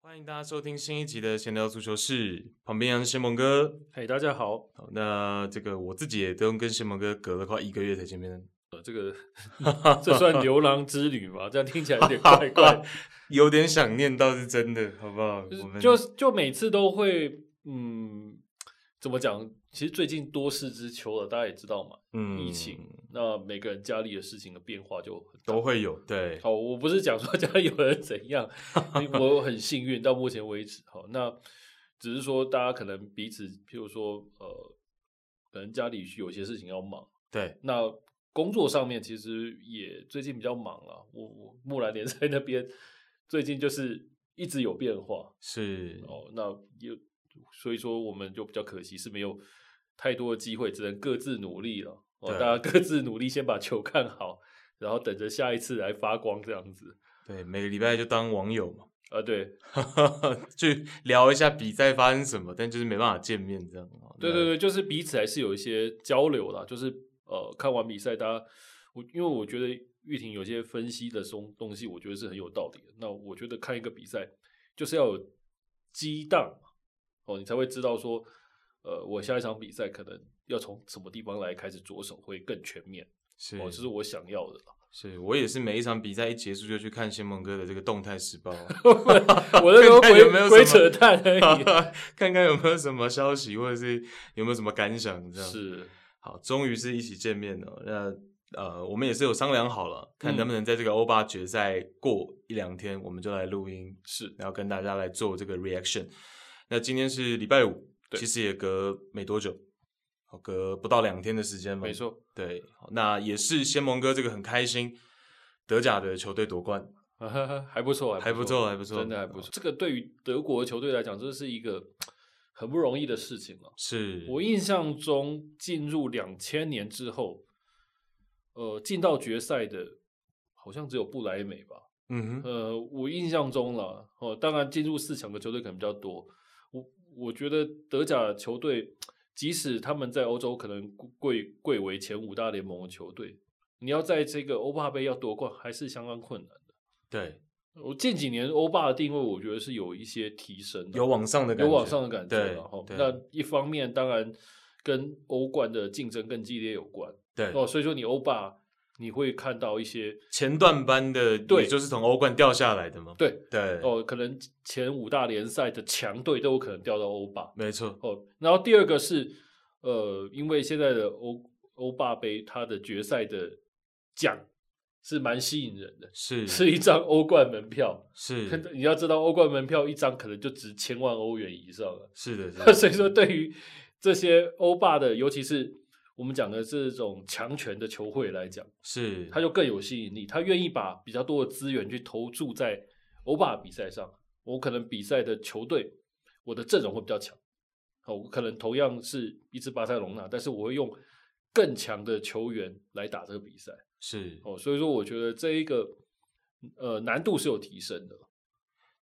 欢迎大家收听新一集的闲聊足球室，旁边啊是仙盟哥。嘿哎大 家好，好那这个我自己也都跟仙盟哥隔了快一个月才见面，呃，这个这算牛郎织女吗？这样听起来有 点怪怪的。有点想念倒是真的，好不好？我们就就每次都会，嗯，怎么讲？其实最近多事之秋了，大家也知道嘛，嗯疫情，那每个人家里的事情的变化就很大都。会有对，好，我不是讲说 家里有人 怎样，我很幸运到目前为止。好，那只是说大家可能彼此，譬如说，呃，可能家里有些事情要忙。对，那工作上面其实也最近比较忙了，我我木兰 联赛那边最近就是一直有变化是哦，那有所以说我们就比较可惜是没有太多的机会，只能各自努力了。哦，对大家各自努力，先把球看好，然后等着下一次来发光这样子。对，每个礼拜就当网友嘛， 啊，对，去聊一下比赛发生什么，但就是没办法见面这样。哦对对对，就是彼此还是有一些交流啦，就是呃，看完比赛，大家我因为我觉得玉婷有些分析的东东西，我觉得是很有道理的。那我觉得看一个比赛就是要有激荡嘛哦，你才会知道说，呃，我下一场比赛可能要从什么地方来开始着手会更全面，是哦，这是我想要的啦。 是我也是每一场比赛一结束就去看仙盟哥的这个动态时 报，我那时候看看有没有鬼鬼什么扯淡而已， 看看有没有什么消息或者是有没有什么感想这样。是好，终于是一起见面了。那呃，我们也是有商量好了，看嗯能不能在这个欧巴决赛过一两天，我们就来录音，是，然后跟大家来做这个 reaction。那今天是礼拜五，对其实也隔没多久，好隔不到两天的时间了。没，错，对。好那也是仙盟哥这个很开心，德甲的球队夺冠， 还不错，还不错，还不错，嗯真的还不错。这个对于德国球队来讲，这是一个很不容易的事情了。是，我印象中，进入两千年之后，呃，进到决赛的，好像只有布莱梅吧。嗯哼，呃，我印象中了，哦、当然进入四强的球队可能比较多。我我觉得德甲球队，即使他们在欧洲可能贵贵为前五大联盟的球队，你要在这个欧霸杯要夺冠，还是相当困难的。对，我近几年欧霸的定位，我觉得是有一些提升的，有往上的感有觉，往上的感觉对了哈。对那一方面当然跟欧冠的竞争更激烈有关对，哦，所以说你欧霸你会看到一些前段班的，对也就是从欧冠掉下来的嘛，对对，哦，可能前五大联赛的强队都有可能掉到欧霸没错，哦。然后第二个是呃，因为现在的欧欧霸杯它的决赛的奖是蛮吸引人的，是是一张欧冠门票。可是你要知道，欧冠门票一张可能就值千万欧元以上了。是的，是的 所以说，对于这些欧霸的，尤其是我们讲的这种强权的球会来讲，是，它就更有吸引力。他愿意把比较多的资源去投注在欧霸比赛上。我可能比赛的球队，我的阵容会比较强。哦，我可能同样是一支巴塞隆纳，但是我会用更强的球员来打这个比赛。是，哦，所以说我觉得这一个呃难度是有提升的。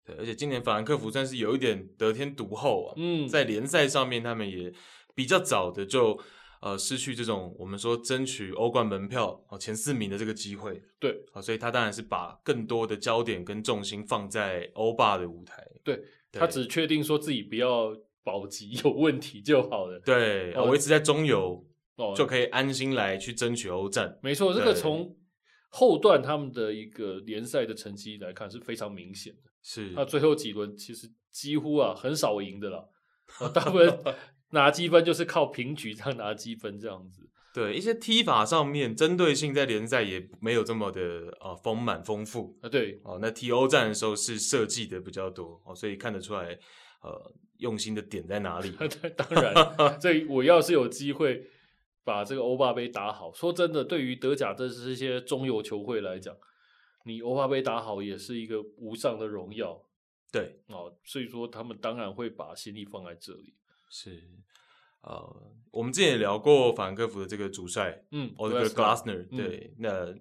对，而且今年法兰克福算是有一点得天独厚啊，嗯，在联赛上面他们也比较早的就。呃，失去这种我们说争取欧冠门票哦前四名的这个机会，对，好、所以他当然是把更多的焦点跟重心放在欧霸的舞台，对对他只确定说自己不要保级 有问题就好了。对呃哦维持在中游哦，就可以安心来去争取欧战，没错，这对个从后段他们的一个联赛的成绩来看是非常明显的。是那最后几轮其实几乎啊很少赢的啦，啊大部 分拿积分就是靠平局上拿积分这样子。对一些踢法上面针对性在联赛也没有这么的呃丰满丰富啊，对，。哦。那 T O 战的时候是设计的比较多哦，所以看得出来呃用心的点在哪里 当 然，所以我要是有机会把这个欧霸杯打好，说真的，对于德甲这是一些中游球会来讲，你欧霸杯打好也是一个无上的荣耀。对，哦，所以说他们当然会把心力放在这里。是呃，我们之前也聊过法兰克福的这个主帅嗯， Oliver Glasner Glasner，嗯对，那之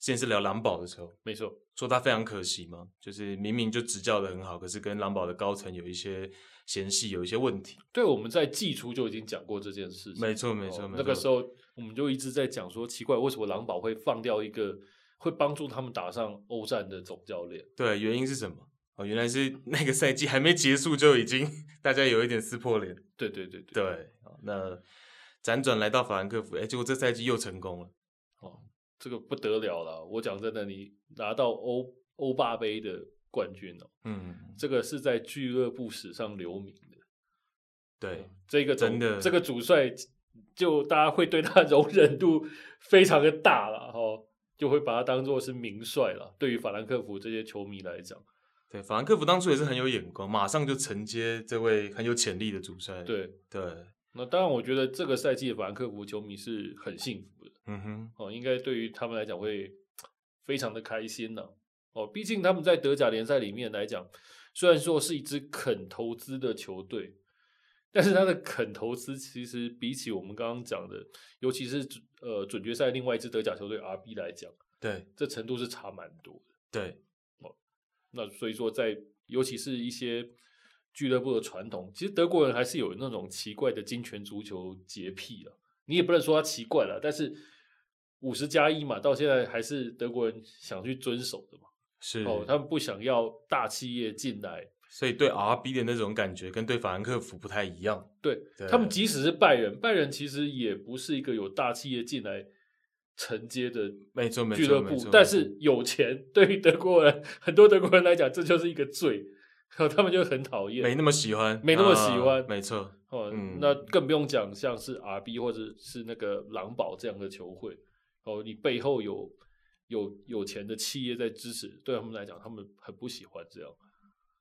前是聊狼堡的时候，没错，说他非常可惜嘛，就是明明就执教的很好，可是跟狼堡的高层有一些嫌隙，有一些问题。对，我们在季初就已经讲过这件事情。没错，没错，哦没错。那个时候我们就一直在讲说，奇怪，为什么狼堡会放掉一个会帮助他们打上欧战的总教练？对，原因是什么？哦，原来是那个赛季还没结束就已经 大家有一点撕破脸。对对对对，对，哦那辗转来到法兰克福，哎，结果这赛季又成功了。哦，这个不得了了！我讲真的，你拿到欧欧霸杯的冠军哦，嗯，这个是在俱乐部史上留名的。对，这个总真的这个主帅就大家会对他容忍度非常的大了哈、哦，就会把他当做是名帅了。对于法兰克福这些球迷来讲，对，法兰克福当初也是很有眼光，马上就承接这位很有潜力的主帅。对，对，那当然我觉得这个赛季的法兰克福球迷是很幸福的嗯哼，哦，应该对于他们来讲会非常的开心呢、哦，毕竟他们在德甲联赛里面来讲，虽然说是一支肯投资的球队，但是他的肯投资其实比起我们刚刚讲的，尤其是呃准决赛另外一支德甲球队 RB 来讲，对这程度是差蛮多的。对，那所以说在，尤其是一些俱乐部的传统，其实德国人还是有那种奇怪的金权足球洁癖啊。你也不能说他奇怪了，但是五十加一嘛，到现在还是德国人想去遵守的嘛。是哦，他们不想要大企业进来，所以对 RB 的那种感觉跟对法兰克福不太一样。对对他们即使是拜仁，拜仁其实也不是一个有大企业进来承接的没错，没错，俱乐没部错，但没错是有钱 对于德国人很多德国人来讲，这就是一个罪， 然后他们就很讨厌。没那么喜欢，没那么喜欢啊没错，哦，嗯那更不用讲，像是 RB 或者是那个狼堡这样的球会，哦，你背后有有有钱的企业在支持，对他们来讲，他们很不喜欢这样。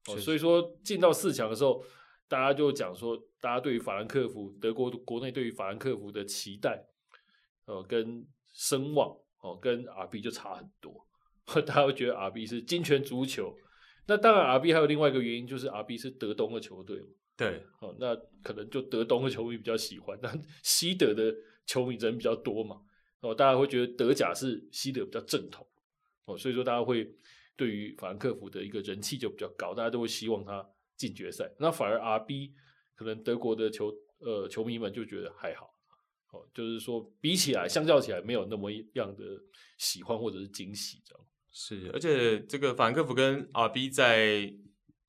哦，确所以说进到四强的时候，大家就讲说，大家对于法兰克福德国国内对于法兰克福的期待，呃，跟声望哦，跟 RB 就差很多。 大家会觉得 RB 是金权足球，那当然 RB 还有另外一个原因，就是 RB 是德东的球队嘛。对，哦，那可能就德东的球迷比较喜欢，但西德的球迷人比较多嘛，哦，大家会觉得德甲是西德比较正统，哦，所以说大家会对于法兰克福的一个人气就比较高，大家都会希望他进决赛。那反而 RB 可能德国的球呃球迷们就觉得还好，哦，就是说比起来，相较起来没有那么样的喜欢或者是惊喜 这样。是，而且这个法兰克福跟 RB 在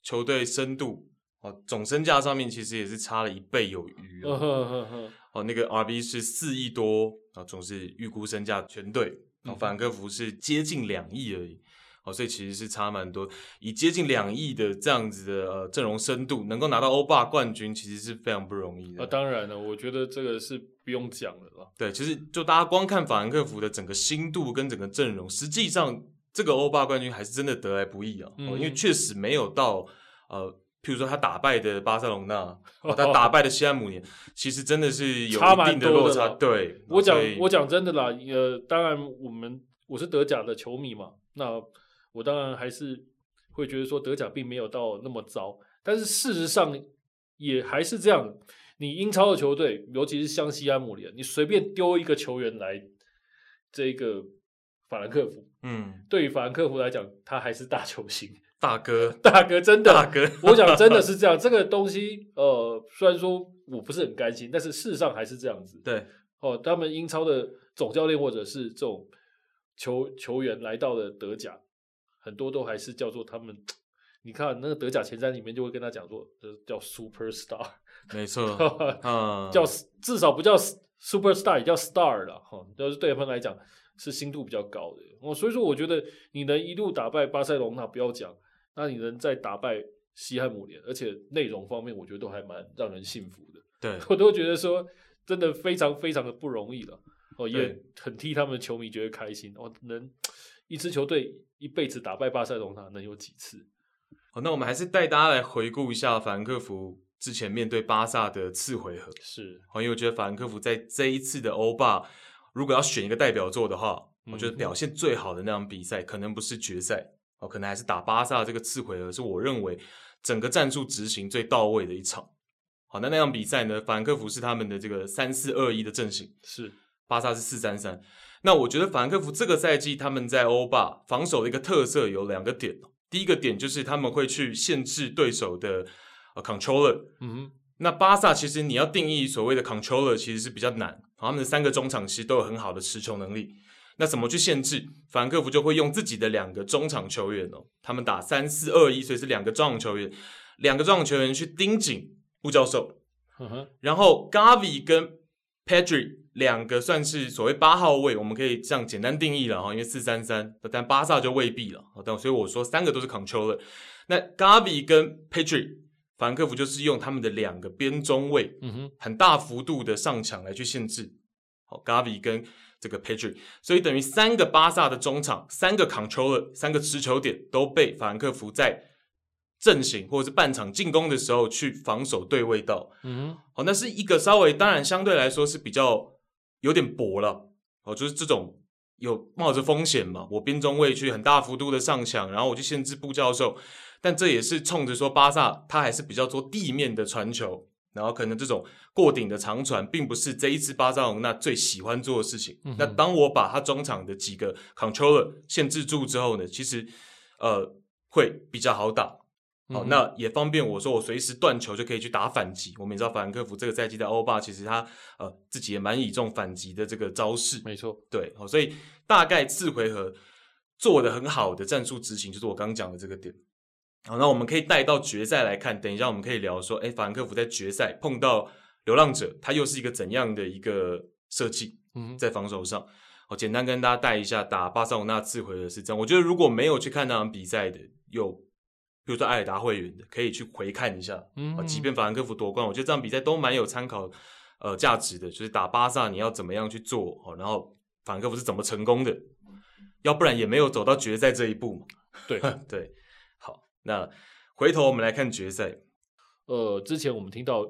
球队深度哦总身价上面其实也是差了一倍有余嗯哦。哼哼哼，哦，那个 RB 是四亿多啊，总是预估身价全队，然嗯后法兰克福是接近两亿而已。哦，所以其实是差蛮多，以接近两亿的这样子的呃阵容深度，能够拿到欧霸冠军，其实是非常不容易的。那、哦啊当然了，我觉得这个是不用讲的了。对，其实就大家光看法兰克福的整个心度跟整个阵容，实际上这个欧霸冠军还是真的得来不易啊，嗯哦因为确实没有到呃，譬如说他打败的巴塞隆纳，哦 他打败的西汉姆联，其实真的是有差一蛮定的多的落差。啦对，哦我讲所以我讲真的啦，呃，当然我们我是德甲的球迷嘛，那我当然还是会觉得说德甲并没有到那么糟，但是事实上也还是这样。你英超的球队，尤其是像西安姆联，你随便丢一个球员来这个法兰克福，嗯，对于法兰克福来讲，他还是大球星， 大哥大哥真的大哥，我讲真的是这样，这个东西，呃，虽然说我不是很甘心，但是事实上还是这样子。 对哦，他们英超的总教练或者是这种球球员来到了德甲，很多都还是叫做他们。你看那个德甲前三里面就会跟他讲说，呃，叫 super star，、没错，嗯， 叫至少不叫 super star，也叫 star 了哈、哦。就是对他们来讲是心度比较高的哦，所以说我觉得你能一路打败巴塞隆那不要讲，那你能再打败西汉姆联，而且内容方面我觉得都还蛮让人信服的。对 我都觉得说真的非常非常的不容易了。哦，也对很替他们的球迷觉得开心。哦，能一支球队一辈子打败巴塞隆纳能有几次？好，哦那我们还是带大家来回顾一下法兰克福之前面对巴萨的次回合。是，好，因为我觉得法兰克福在这一次的欧霸，如果要选一个代表作的话，我觉得嗯哼表现最好的那场比赛，可能不是决赛，哦，可能还是打巴萨这个次回合，是我认为整个战术执行最到位的一场。好，那那场比赛呢，法兰克福是他们的这个三四二一的阵型，是，巴萨是四三三。那我觉得法兰克福这个赛季他们在欧霸防守的一个特色有两个点哦，第一个点就是他们会去限制对手的呃 controller，嗯那巴萨其实你要定义所谓的 controller 其实是比较难，好他们的三个中场其实都有很好的持球能力。那怎么去限制？法兰克福就会用自己的两个中场球员哦，他们打三四二一，所以是两个中场球员，两个中场球员去盯紧布教授，哼，嗯哼，然后 Gavi 跟 Pedri 两个算是所谓八号位，我们可以这样简单定义了哈，因为四三三，但巴萨就未必了。但所以我说三个都是 controller。那 Gavi 跟 Pedri，法兰克福就是用他们的两个边中位，嗯哼，很大幅度的上抢来去限制。好，Gavi 跟这个 Pedri，所以等于三个巴萨的中场，三个 controller，三个持球点都被法兰克福在阵型或者是半场进攻的时候去防守对位到。嗯哼，好，那是一个稍微当然相对来说是比较有点薄了，哦，就是这种有冒着风险嘛，我边中卫去很大幅度的上抢，然后我去限制布教授，但这也是冲着说巴萨他还是比较做地面的传球，然后可能这种过顶的长传，并不是这一支巴塞罗那最喜欢做的事情。嗯哼那当我把他中场的几个 controller 限制住之后呢，其实呃会比较好打，好、嗯哼那也方便我说我随时断球就可以去打反击。我们也知道法兰克福这个赛季在欧霸，其实他呃自己也蛮倚重反击的这个招式，没错，对，好、所以大概次回合做的很好的战术执行，就是我刚讲的这个点。好，那我们可以带到决赛来看，等一下我们可以聊说，哎，法兰克福在决赛碰到流浪者，他又是一个怎样的一个设计？嗯哼，在防守上。我简单跟大家带一下打巴塞罗那次回合是这样。我觉得如果没有去看那场比赛的，有比如说埃尔达会员的，可以去回看一下。嗯啊，哼，即便法兰克福夺冠，我觉得这场比赛都蛮有参考呃价值的，就是打巴萨你要怎么样去做哦，然后法兰克福是怎么成功的，要不然也没有走到决赛这一步嘛。对，对，好，那回头我们来看决赛。 呃，之前我们听到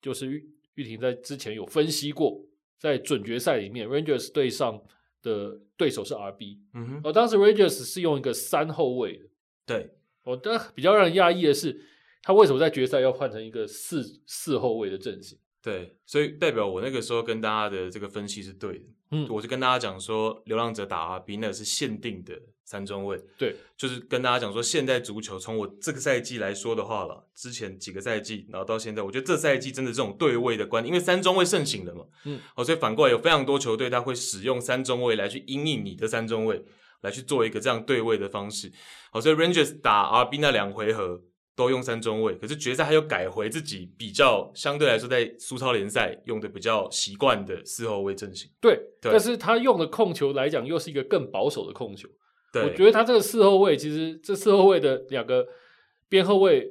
就是玉玉婷在之前有分析过，在准决赛里面，Rangers 对上的对手是 RB，嗯哼，哦，当时 Rangers 是用一个三后卫的，对，哦，但比较让人讶异的是，他为什么在决赛要换成一个四四后卫的阵型？对，所以代表我那个时候跟大家的这个分析是对的。嗯我就跟大家讲说，流浪者打 RB 那是限定的三中卫，对，就是跟大家讲说，现代足球从我这个赛季来说的话了，之前几个赛季，然后到现在，我觉得这赛季真的这种对位的观，因为三中卫盛行了嘛，嗯，哦，所以反过来有非常多球队他会使用三中卫来去因应你的三中卫，来去做一个这样对位的方式，好，所以 Rangers 打 RB 那两回合都用三中卫，可是决赛他又改回自己比较相对来说在苏超联赛用的比较习惯的四后卫阵型，对，对但是他用的控球来讲，又是一个更保守的控球。对，我觉得他这个四后卫，其实这四后卫的两个边后卫，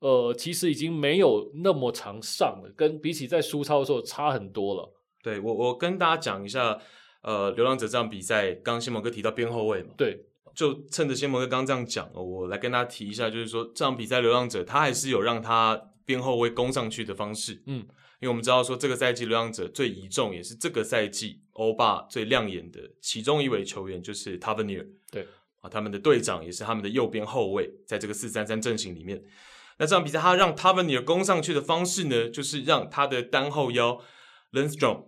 呃，其实已经没有那么常上了，跟比起在苏超的时候差很多了。对我，我跟大家讲一下，呃，流浪者这场比赛，刚刚先蒙哥提到边后卫嘛，对，就趁着先蒙哥刚这样讲，哦我来跟大家提一下，就是说这场比赛流浪者他还是有让他边后卫攻上去的方式，嗯因为我们知道说这个赛季流浪者最倚重，也是这个赛季欧霸最亮眼的其中一位球员就是 Tavernier，对啊，他们的队长也是他们的右边后卫，在这个四三三阵型里面。那这场比赛他让 Tavernier 攻上去的方式呢，就是让他的单后腰 l e n s t r o m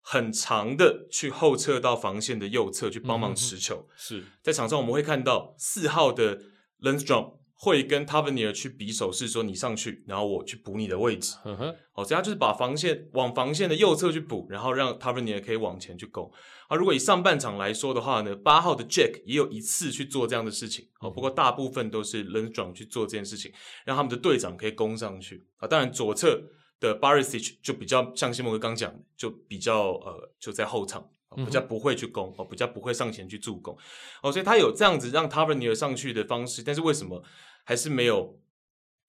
很长的去后撤到防线的右侧去帮嗯忙哼哼持球。是，在场上我们会看到四号的 l e n s t r o m 会跟 Tavernier 去比手势，说你上去，然后我去补你的位置。嗯哼，哦，所以他就是把防线往防线的右侧去补，然后让 Tavernier 可以往前去攻。啊，如果以上半场来说的话呢，八号的 Jack 也有一次去做这样的事情，哦，不过大部分都是 l e n s t r o m 去做这件事情，让他们的队长可以攻上去。啊，当然左侧的 Barisic 就比较像西蒙哥刚讲的，就比较呃就在后场。哦嗯哼比较不会去攻哦，比较不会上前去助攻哦，所以他有这样子让 Tavernier 上去的方式，但是为什么还是没有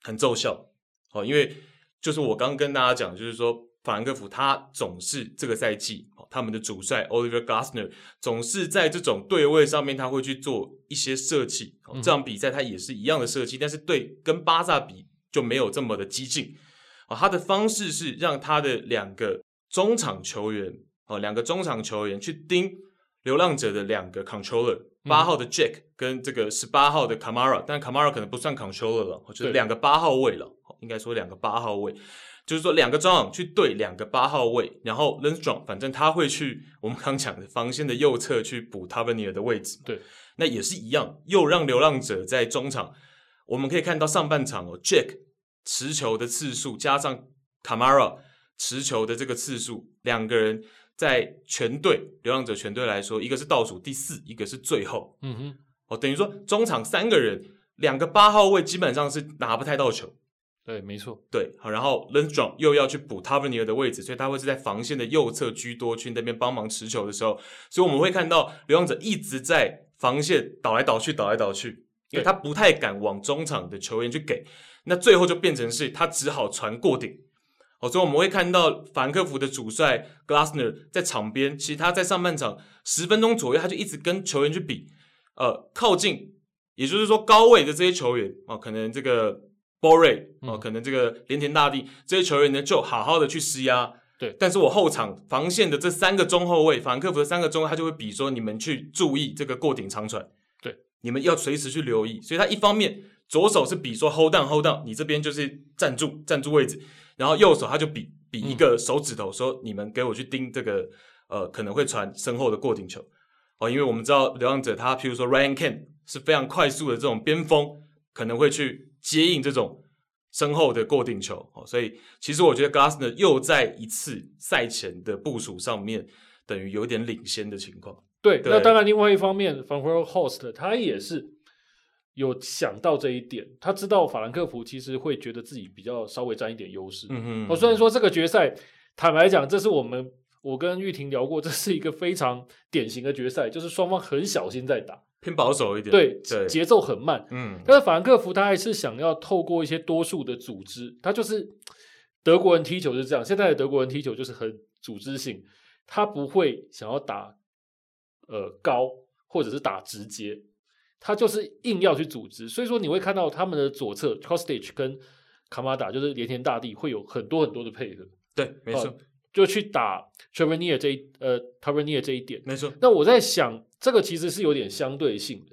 很奏效？哦，因为就是我刚跟大家讲，就是说法兰克福他总是这个赛季，哦他们的主帅 Oliver Glasner 总是在这种对位上面，他会去做一些设计。哦嗯这场比赛他也是一样的设计，但是对跟巴萨比就没有这么的激进。啊，他的方式是让他的两个中场球员，哦，两个中场球员去盯流浪者的两个 controller，八号的 Jack 跟这个十八号的 Camara，但 Camara 可能不算 controller 了，就是对两个八号位了。哦应该说两个八号位，就是说两个中场去对两个八号位，然后 l e n s t r o n 反正他会去我们刚讲的防线的右侧去补 Tavernier 的位置，对，那也是一样，又让流浪者在中场，我们可以看到上半场哦，Jack 持球的次数加上 Kamara 持球的这个次数，两个人在全队流浪者全队来说，一个是倒数第四，一个是最后，嗯哼，哦，等于说中场三个人，两个八号位基本上是拿不太到球。对，没错，对，好，然后 l e n s t r o n 又要去补 Tavernier 的位置，所以他会是在防线的右侧居多，去那边帮忙持球的时候，所以我们会看到流浪者一直在防线倒来倒去，倒来倒去，因为对他不太敢往中场的球员去给，那最后就变成是他只好传过顶。哦，所以我们会看到法兰克福的主帅 Glassner 在场边，其实他在上半场十分钟左右，他就一直跟球员去比，呃，靠近，也就是说高位的这些球员哦，可能这个 Borre 哦，嗯可能这个连田大地这些球员呢，就好好的去施压。对但是我后场防线的这三个中后卫，法兰克福的三个中后卫，他就会比说你们去注意这个过顶长传，对，你们要随时去留意。所以他一方面左手是比说 hold down hold down，你这边就是站住站住位置，然后右手他就比比嗯一个手指头，说你们给我去盯这个呃可能会传身后的过顶球哦，因为我们知道流浪者他，譬如说 Ryan Ken 是非常快速的这种边锋，可能会去接应这种身后的过顶球哦，所以其实我觉得 Glassner 又在一次赛前的部署上面，等于有点领先的情况，对，对那当然，另外一方面 f a n f e r Host 他也是有想到这一点，他知道法兰克福其实会觉得自己比较稍微占一点优势。嗯我、哦虽然说这个决赛，坦白讲，这是我们我跟玉婷聊过，这是一个非常典型的决赛，就是双方很小心在打，偏保守一点，对，对，节奏很慢。嗯，但是法兰克福他还是想要透过一些多数的组织，他就是德国人踢球就是这样，现在的德国人踢球就是很组织性，他不会想要打呃高或者是打直接，他就是硬要去组织，所以说你会看到他们的左侧 Costage 跟卡马达就是连田大地会有很多很多的配合，对，没好错，就去打 t r a v e r n i e r 这一呃 t r a v e r n i e r 这一点，没错，那我在想，这个其实是有点相对性的。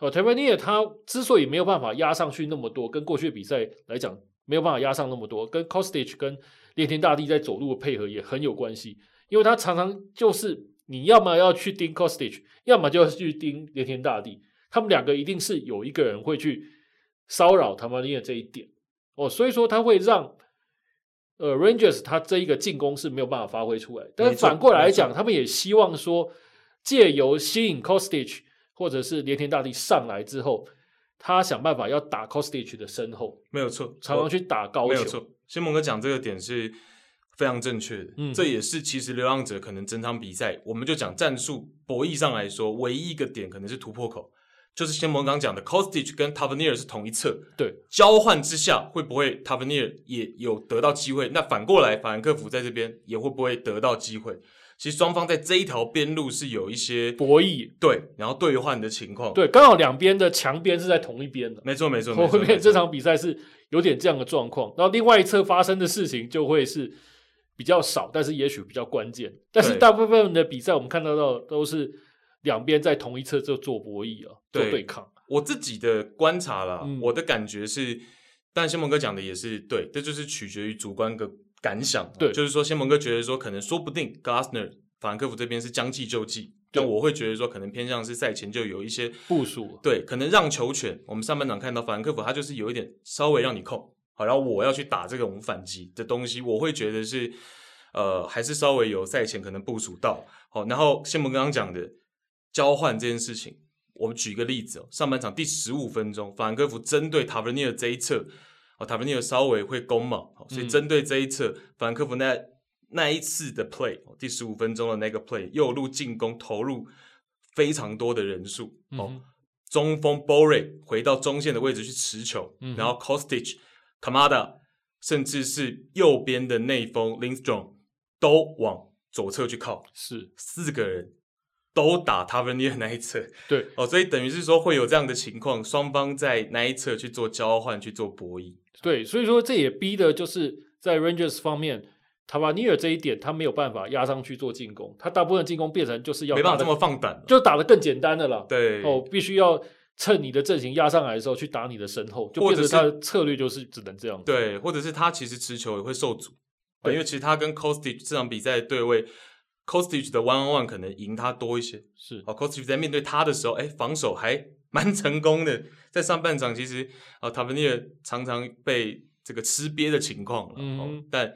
哦 t a v e r n i e r 他之所以没有办法压上去那么多，跟过去的比赛来讲没有办法压上那么多，跟 Costage 跟猎天大帝在走路的配合也很有关系，因为他常常就是你要么要去盯 Costage，要么就要去盯猎天大帝，他们两个一定是有一个人会去骚扰 t a v e r n i e r 这一点哦，所以说他会让。呃，Rangers 他这一个进攻是没有办法发挥出来，但没是错反过来没错讲，他们也希望说，借由吸引 Costage 或者是连田大地上来之后，他想办法要打 Costage 的身后，没有错，常我常去打高哦没有球。错，新蒙哥讲这个点是非常正确的。嗯这也是其实流浪者可能整场比赛，我们就讲战术博弈上来说，唯一一个点可能是突破口，就是先蒙刚讲的 Costage 跟 Tavernier 是同一侧，对，交换之下会不会 Tavernier 也有得到机会？那反过来，法兰克福在这边也会不会得到机会？其实双方在这一条边路是有一些博弈。对，然后兑换的情况。，对，刚好两边的墙边是在同一边的，没错，没错，没后错。没面错这场比赛是有点这样的状况。然后另外一侧发生的事情就会是比较少，但是也许比较关键。但是对大部分的比赛我们看到到都是两边在同一侧就做博弈啊，做对对抗。我自己的观察啦，嗯我的感觉是，但先蒙哥讲的也是对，这就是取决于主观的感想。啊对就是说先蒙哥觉得说，可能说不定 Glassner 法兰克福这边是将计就计，但对我会觉得说，可能偏向是赛前就有一些部署啊对，可能让球权。我们上半场看到法兰克福，他就是有一点稍微让你控，好，然后我要去打这种反击的东西，我会觉得是呃，还是稍微有赛前可能部署到。好，然后谢蒙刚刚讲的交换这件事情，我们举一个例子哦，上半场第十五分钟，法兰克福针对塔文尼尔这一侧，哦，塔文尼尔稍微会攻嘛，哦所以嗯针对这一侧，法兰克福那那一次的 play，哦第十五分钟的那个 play，右路进攻投入非常多的人数，嗯哦，哼中锋 Bore 回到中线的位置去持球，嗯哼然后 Kostic、Kamada，甚至是右边的内锋 Lindstrom 都往左侧去靠，是四个人都打 Tavernier 那一侧对，哦，所以等于是说会有这样的情况，双方在那一侧去做交换去做博弈，对，所以说这也逼的就是在 Rangers 方面，塔瓦尼尔这一点他没有办法压上去做进攻，他大部分进攻变成就是要没办法打得这么放胆了。就打得更简单的了。对，哦，必须要趁你的阵型压上来的时候去打你的身后，就或变者成是他的策略就是只能这样。，对，或者是他其实持球也会受阻，啊对因为其实他跟 Kostic 这场比赛对位，Kostic 的 one on one 可能赢他多一些。是哦，Kostic 在面对他的时候，哎，防守还 蛮成功的。在上半场，其实啊，塔文尼尔常常被这个吃瘪的情况了，哦嗯，但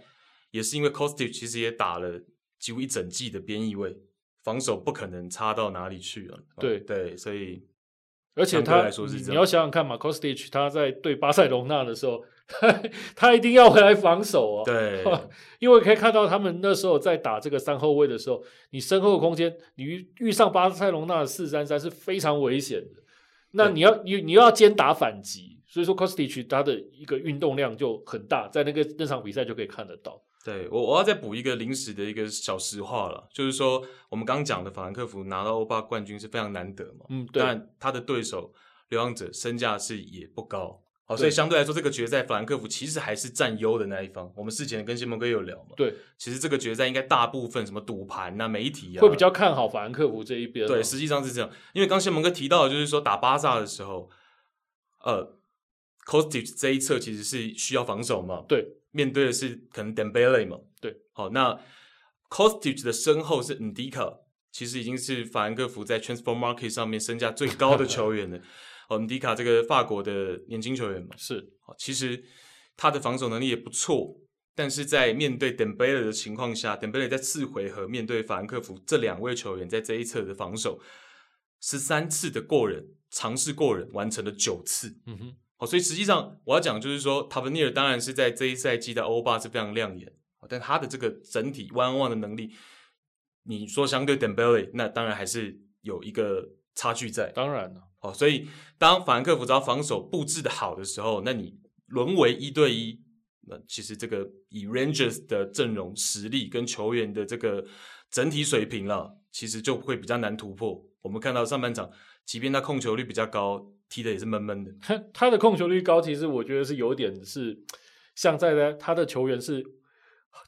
也是因为 Kostic 其实也打了几乎一整季的边翼位，防守不可能差到哪里去啊。哦对对，所以而且相对他来说是你这你样要想想看嘛，Kostic 他在对巴塞隆纳的时候， 他他一定要回来防守啊。对 因为可以看到他们那时候在打这个三后卫的时候，你身后的空间，你遇遇上巴塞隆纳的四三三是非常危险的。那对你要你你又要兼打反击，所以说 Kostic 他的一个运动量就很大，在那个那场比赛就可以看得到。对我，我要再补一个临时的一个小实话了，就是说我们刚讲的法兰克福拿到欧霸冠军是非常难得嘛，嗯，对，但他的对手流浪者身价是也不高，好，对所以相对来说这个决赛法兰克福其实还是占优的那一方。我们事前跟新蒙哥有聊嘛，对，其实这个决赛应该大部分什么赌盘呐、媒体啊会比较看好法兰克福这一边啊、对，实际上是这样，因为刚谢蒙哥提到，就是说打巴萨的时候，呃，Kostic 这一侧其实是需要防守嘛，对，面对的是可能 Dembele 嘛，对，好，那 Kostic 的身后是 Ndika，其实已经是法兰克福在 Transfer Market 上面身价最高的球员了。 哦，Ndika 这个法国的年轻球员嘛，是哦其实他的防守能力也不错，但是在面对 Dembele 的情况下，Dembele 在次回合面对法兰克福这两位球员在这一侧的防守，十三次的过人，尝试过人完成了九次。嗯哼，哦，所以实际上我要讲就是说，塔文尼尔当然是在这一赛季的欧巴是非常亮眼，哦但他的这个整体 one on one 的能力，你说相对 Dembele，那当然还是有一个差距在。当然了，哦，所以当法兰克福只要防守布置的好的时候，那你沦为一对一，那其实这个以 Rangers 的阵容实力跟球员的这个整体水平了，其实就会比较难突破。我们看到上半场，即便他控球率比较高，踢的也是闷闷的。他他的控球率高，其实我觉得是有点是像在他他的球员是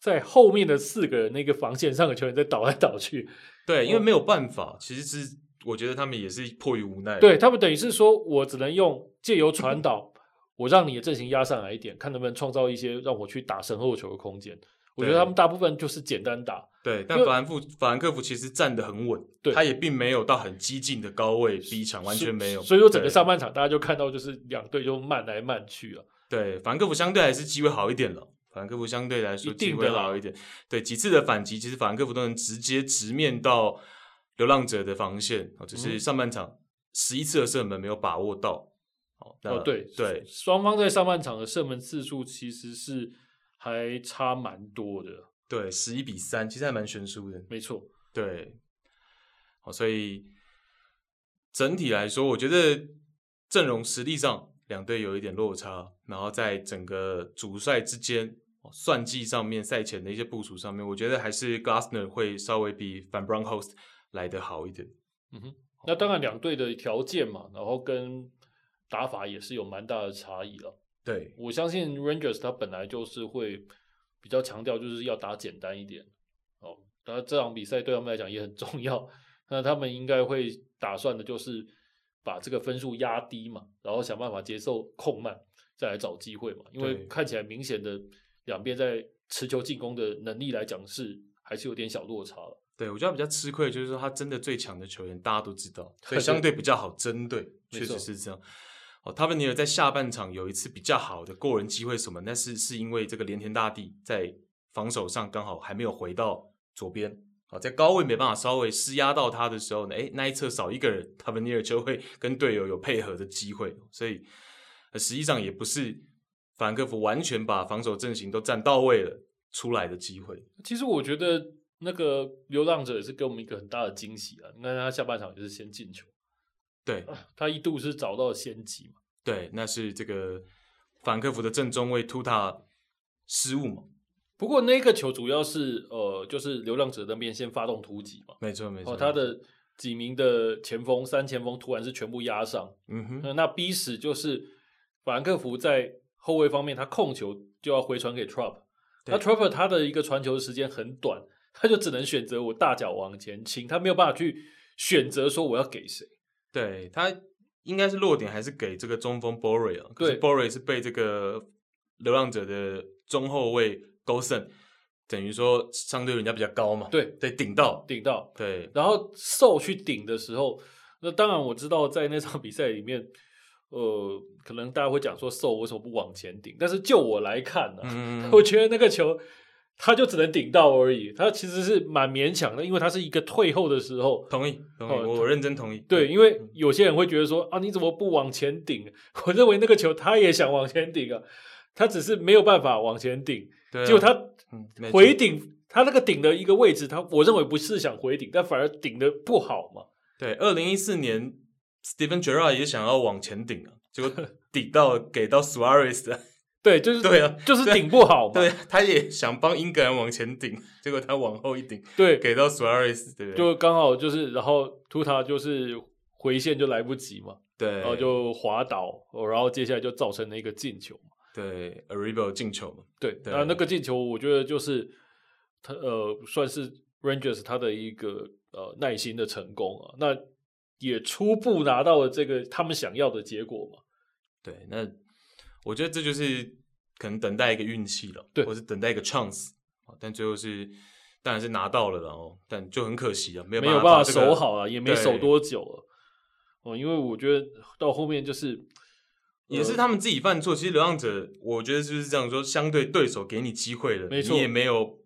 在后面的四个人那个防线上的球员在倒来倒去，对，因哦为没有办法，其实是我觉得他们也是迫于无奈。对他们等于是说我只能用借由传导，我让你的阵型压上来一点，看能不能创造一些让我去打身后球的空间。我觉得对他们大部分就是简单打，对，但因为法兰克福法兰克福其实站得很稳，对他也并没有到很激进的高位逼抢，完全没有。所以说整个对上半场大家就看到就是两队就慢来慢去了。对，法兰克福相对还是机会好一点了。法兰克福相对来说一定机的会啦好一点，对几次的反击，其实法兰克福都能直接直面到流浪者的防线，哦，只是嗯上半场十一次的射门没有把握到。哦，那哦，对对，双方在上半场的射门次数其实是还差蛮多的，对，十一比三，其实还蛮悬殊的。没错，对，好，所以整体来说，我觉得阵容实力上两队有一点落差，然后在整个主帅之间哦算计上面、赛前的一些部署上面，我觉得还是 Glasner 会稍微比 Van Bronckhorst 来得好一点。嗯哼，那当然两队的条件嘛，然后跟打法也是有蛮大的差异了。对，我相信 Rangers 他本来就是会比较强调就是要打简单一点哦，那这场比赛对他们来讲也很重要，那他们应该会打算的就是把这个分数压低嘛，然后想办法接受控慢，再来找机会嘛，因对为看起来明显的两边在持球进攻的能力来讲是还是有点小落差了。对我觉得比较吃亏，就是说他真的最强的球员大家都知道，所以 对相对比较好针对，确没实错是这样。哦，塔文尼尔在下半场有一次比较好的过人机会，什么？那是是因为这个连田大地在防守上刚好还没有回到左边，好、在高位没办法稍微施压到他的时候呢，诶，那一侧少一个人， 塔文尼尔就会跟队友有配合的机会，所以、呃实际上也不是法兰克福完全把防守阵型都站到位了出来的机会。其实我觉得那个流浪者也是给我们一个很大的惊喜啊！你看他下半场就是先进球，对，他一度是找到了先机嘛，对，那是这个法兰克福的正中卫图塔失误嘛？不过那个球主要是呃，就是流浪者那边先发动突击嘛，没错，没错。哦，他的几名的前锋三前锋突然是全部压上，嗯哼，那那逼死就是法兰克福在后卫方面，他控球就要回传给 Trop，对那 Trop 他的一个传球时间很短，他就只能选择我大脚往前倾，他没有办法去选择说我要给谁。对他应该是落点还是给这个中锋 Borry 啊，可是对 Borry 是被这个流浪者的中后卫 Gosen 等于说相对人家比较高嘛，对，对，顶到，顶到， 对，然后受去顶的时候，那当然我知道在那场比赛里面，呃， 可能大家会讲说受为什么不往前顶，但是就我来看呢、嗯， 我觉得那个球他就只能顶到而已，他其实是蛮勉强的，因为他是一个退后的时候。同意，同意，哦我认真同意，对，因为有些人会觉得说啊，你怎么不往前顶？ 我认为那个球他也想往前顶啊，他只是没有办法往前顶，对啊，结果他嗯没回错顶，他那个顶的一个位置，他我认为不是想回顶，但反而顶的不好嘛。对，二零一四年 Steven Gerrard 也想要往前顶啊，结 果顶到给到 Suarez，啊对，就是对啊就是顶不好嘛。对，他也想帮英格兰往前顶， 结果他往后一顶，对给到 Suarez，对不对？就刚好就是，然后图塔就是回线就来不及嘛，对，然后就滑倒，哦然后接下来就造成了一个进球嘛。对 Aribo 进球嘛，对，对那那个进球，我觉得就是他呃，算是 Rangers 他的一个呃耐心的成功啊，那也初步拿到了这个他们想要的结果嘛。对，那我觉得这就是可能等待一个运气了，对或是等待一个 chance，哦但最后是当然是拿到了啦，然后但就很可惜啊，没有没有办办法把这个守好啊，也没守对多久啊。哦，因为我觉得到后面就是也嗯是他们自己犯错。其实流浪者，我觉得就是这样说，相对对手给你机会了，没错你也没有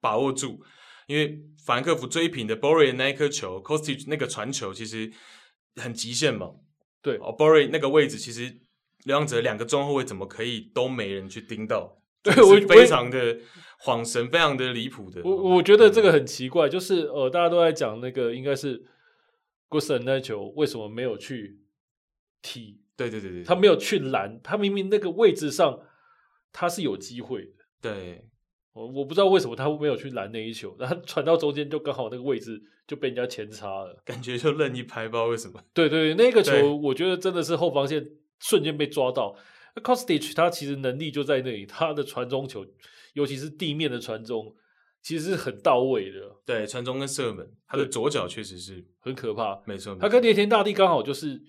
把握住。因为法兰克福追平的 b o r y 那一颗球，Kostic 那个传球其实很极限嘛。对哦 b o r y 那个位置其实流浪者两个中后卫怎么可以都没人去盯到？对这个是我非常的恍神，非常的离谱的。我我觉得这嗯个很奇怪，就是呃，大家都在讲那个应该是 g u s o n 那球为什么没有去踢，对对对对，他没有去拦，他明明那个位置上他是有机会的。对我我不知道为什么他没有去拦那一球，然后传到中间就刚好那个位置就被人家前插了。感觉就任意拍，不知道为什么。对对，对那个对球我觉得真的是后防线瞬间被抓到。那 Kostic 他其实能力就在那里，他的传中球，尤其是地面的传中，其实是很到位的，对，传中跟射门，他的对左脚确实是很可怕。没错。没他错跟猎天大帝刚好就是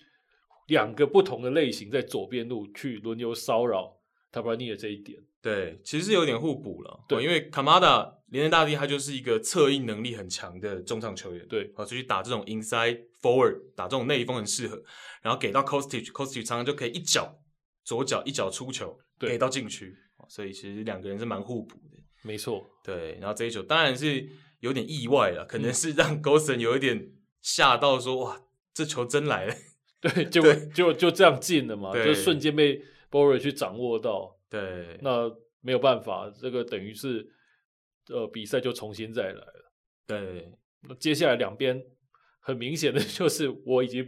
两个不同的类型在左边路去轮流骚扰塔布兰尼的这一点。对，其实是有点互补了。对哦因为卡马达连任大帝他就是一个策应能力很强的中场球员，对，啊，出去打这种 inside forward，打这种内锋很适合。然后给到 Kostic，Kostic 常常就可以一脚左脚一脚出球，对给到禁区，哦所以其实两个人是蛮互补的。没错，对，然后这一球当然是有点意外了，可嗯能是让 Gosen 有一点吓到说，哇，这球真来了。 对，结果对就就这样进了嘛，对就瞬间被 b o r y 去掌握到。对，那没有办法，这个等于是呃比赛就重新再来了。对，那接下来两边很明显的 就是我已经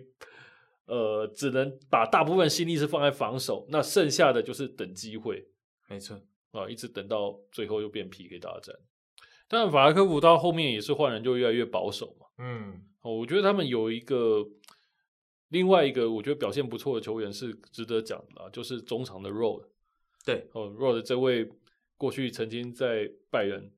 呃只能把大部分心力是放在防守，那剩下的就是等机会没错，啊，一直等到最后又变 PK 大战。但法拉科夫到后面也是换人就越来越保守嘛，嗯，哦，我觉得他们有一个另外一个我觉得表现不错的球员是值得讲的、啊，就是中场的 Road。对，哦，Rod 这位过去曾经在拜仁，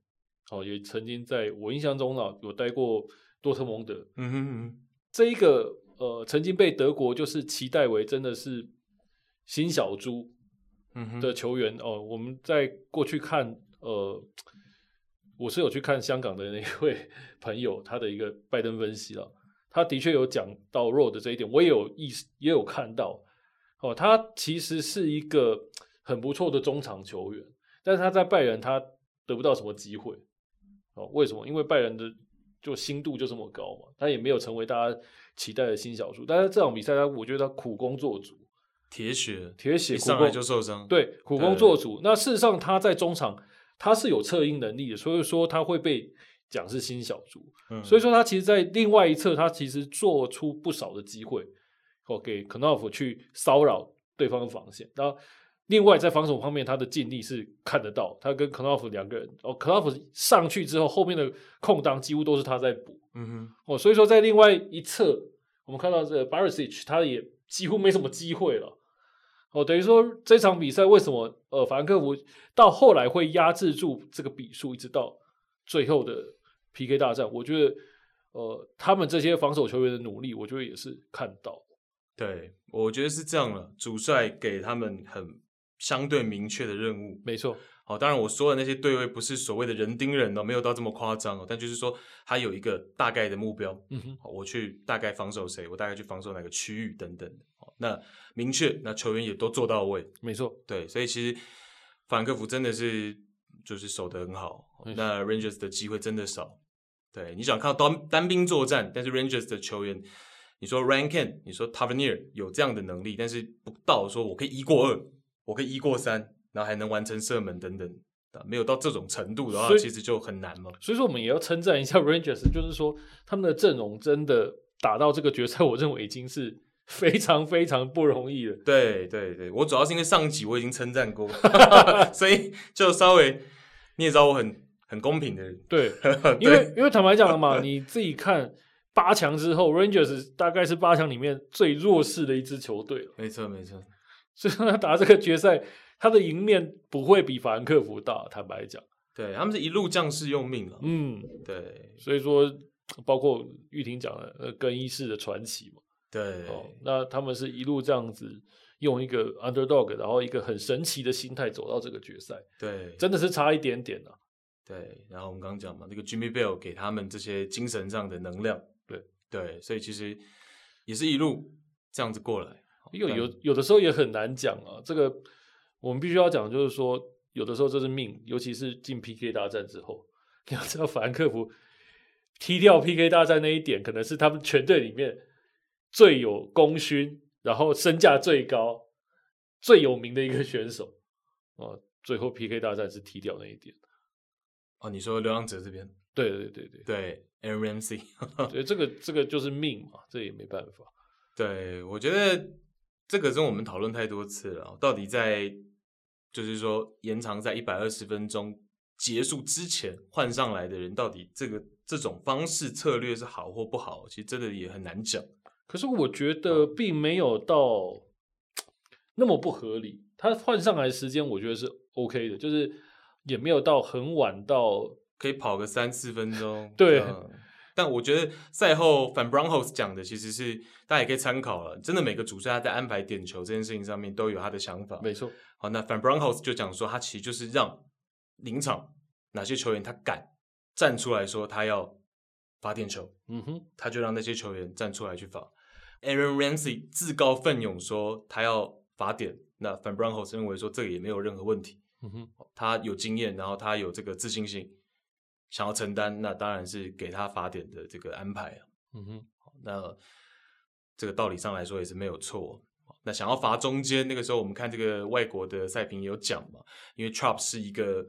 哦，也曾经在我印象中呢有待过多特蒙德。嗯哼嗯这一个呃，曾经被德国就是期待为真的是新小猪哼，嗯哼，的球员哦。我们在过去看呃，我是有去看香港的那一位 朋友他的一个拜登分析了，他的确有讲到 Rod 这一点，我也有意识也有看到。哦，他其实是一个很不错的中场球员，但是他在拜仁他得不到什么机会。哦，为什么？因为拜仁的就心度就这么高嘛，他也没有成为大家期待的新小猪。但是这场比赛他，我觉得他苦工做足，铁血，铁血一苦上来工就受伤，对苦工做主。那事实上他在中场他是有策应能力的，所以说他会被讲是新小猪。嗯，所以说他其实，在另外一侧，他其实做出不少的机会，哦，给 k n o f 去骚扰对方的防线。然后，另外在防守方面，他的尽力是看得到，他跟 k n o f 两个人，哦 k n o f 上去之后，后面的空档几乎都是他在补。嗯哼，哦，所以说在另外一侧，我们看到这个 Barisic 他也几乎没什么机会了。哦，等于说这场比赛为什么呃法兰克福到后来会压制住这个比数，一直到最后的 PK 大战，我觉得呃他们这些防守球员的努力，我觉得也是看到的。对，我觉得是这样了。主帅给他们很相对明确的任务。没错，好，当然我说的那些对位不是所谓的人盯人哦，没有到这么夸张哦，但就是说他有一个大概的目标，嗯哼，好我去大概防守谁，我大概去防守哪个区域等等的。好那明确，那球员也都做到位。没错，对，所以其实法兰克福真的是就是守得很好，嗯那 Rangers 的机会真的少。对，你想看到单单兵作战，但是 Rangers 的球员，你说 Rankin，你说 Tavernier 有这样的能力，但是不到说我可以一过二，我可以一过三，然后还能完成射门等等。啊没有到这种程度的话，所以其实就很难嘛。所以说我们也要称赞一下 Rangers，就是说他们的阵容真的打到这个决赛，我认为已经是非常非常不容易了。对对对，我主要是因为上一集我已经称赞 过，所以就稍微你也知道我很很公平的人，对，因为因为坦白讲了嘛，你自己看八强之后，Rangers 大概是八强里面最弱势的一支球队了，没错没错，所以说他打这个决赛，他的赢面不会比法兰克福大。坦白讲，对他们是一路将士用命了，嗯，对所以说包括玉婷讲的呃更衣室的传奇嘛，对、哦，那他们是一路这样子用一个 underdog，然后一个很神奇的心态走到这个决赛，对真的是差一点点啊。对。然后我们刚刚讲嘛，这个 Jimmy Bell 给他们这些精神上的能量，对对，所以其实也是一路这样子过来，因为有但有的时候也很难讲啊，这个我们必须要讲，就是说有的时候这是命，尤其是进 PK 大战之后， 你要知道法兰克福踢掉 PK 大战那一点，可能是他们全队里面最有功勋，然后身价最高、最有名的一个选手啊。最后 PK 大战是踢掉那一点，哦，你说流浪者这边对对对对对 Aaron Ramsey， 对，所以这个这个就是命嘛，这也没办法。对，我觉得这个跟我们讨论太多次了，到底在就是说延长在一百二十分钟结束之前换上来的人，到底这个这种方式策略是好或不好，其实真的也很难讲。可是我觉得嗯并没有到那么不合理。他换上来时间，我觉得是 OK 的，就是也没有到很晚到。。可以跑个三四分钟这对样但我觉得赛后反 Brownhouse 讲的其实是大家也可以参考了，真的每个主帅他在安排点球这件事情上面都有他的想法。没错，好，那反 Brownhouse 就讲说，他其实就是让临场哪些球员他敢站出来说他要罚点球，嗯哼，他就让那些球员站出来去罚。Aaron Ramsey 自告奋勇说他要罚点，那反 Brownhouse 认为说这个也没有任何问题。嗯哼，他有经验，然后他有这个自信心，想要承担，那当然是给他法典的这个安排啊嗯哼，那这个道理上来说也是没有错。啊那想要罚中间，那个时候我们看这个外国的赛评也有讲嘛，因为 Trump 是一个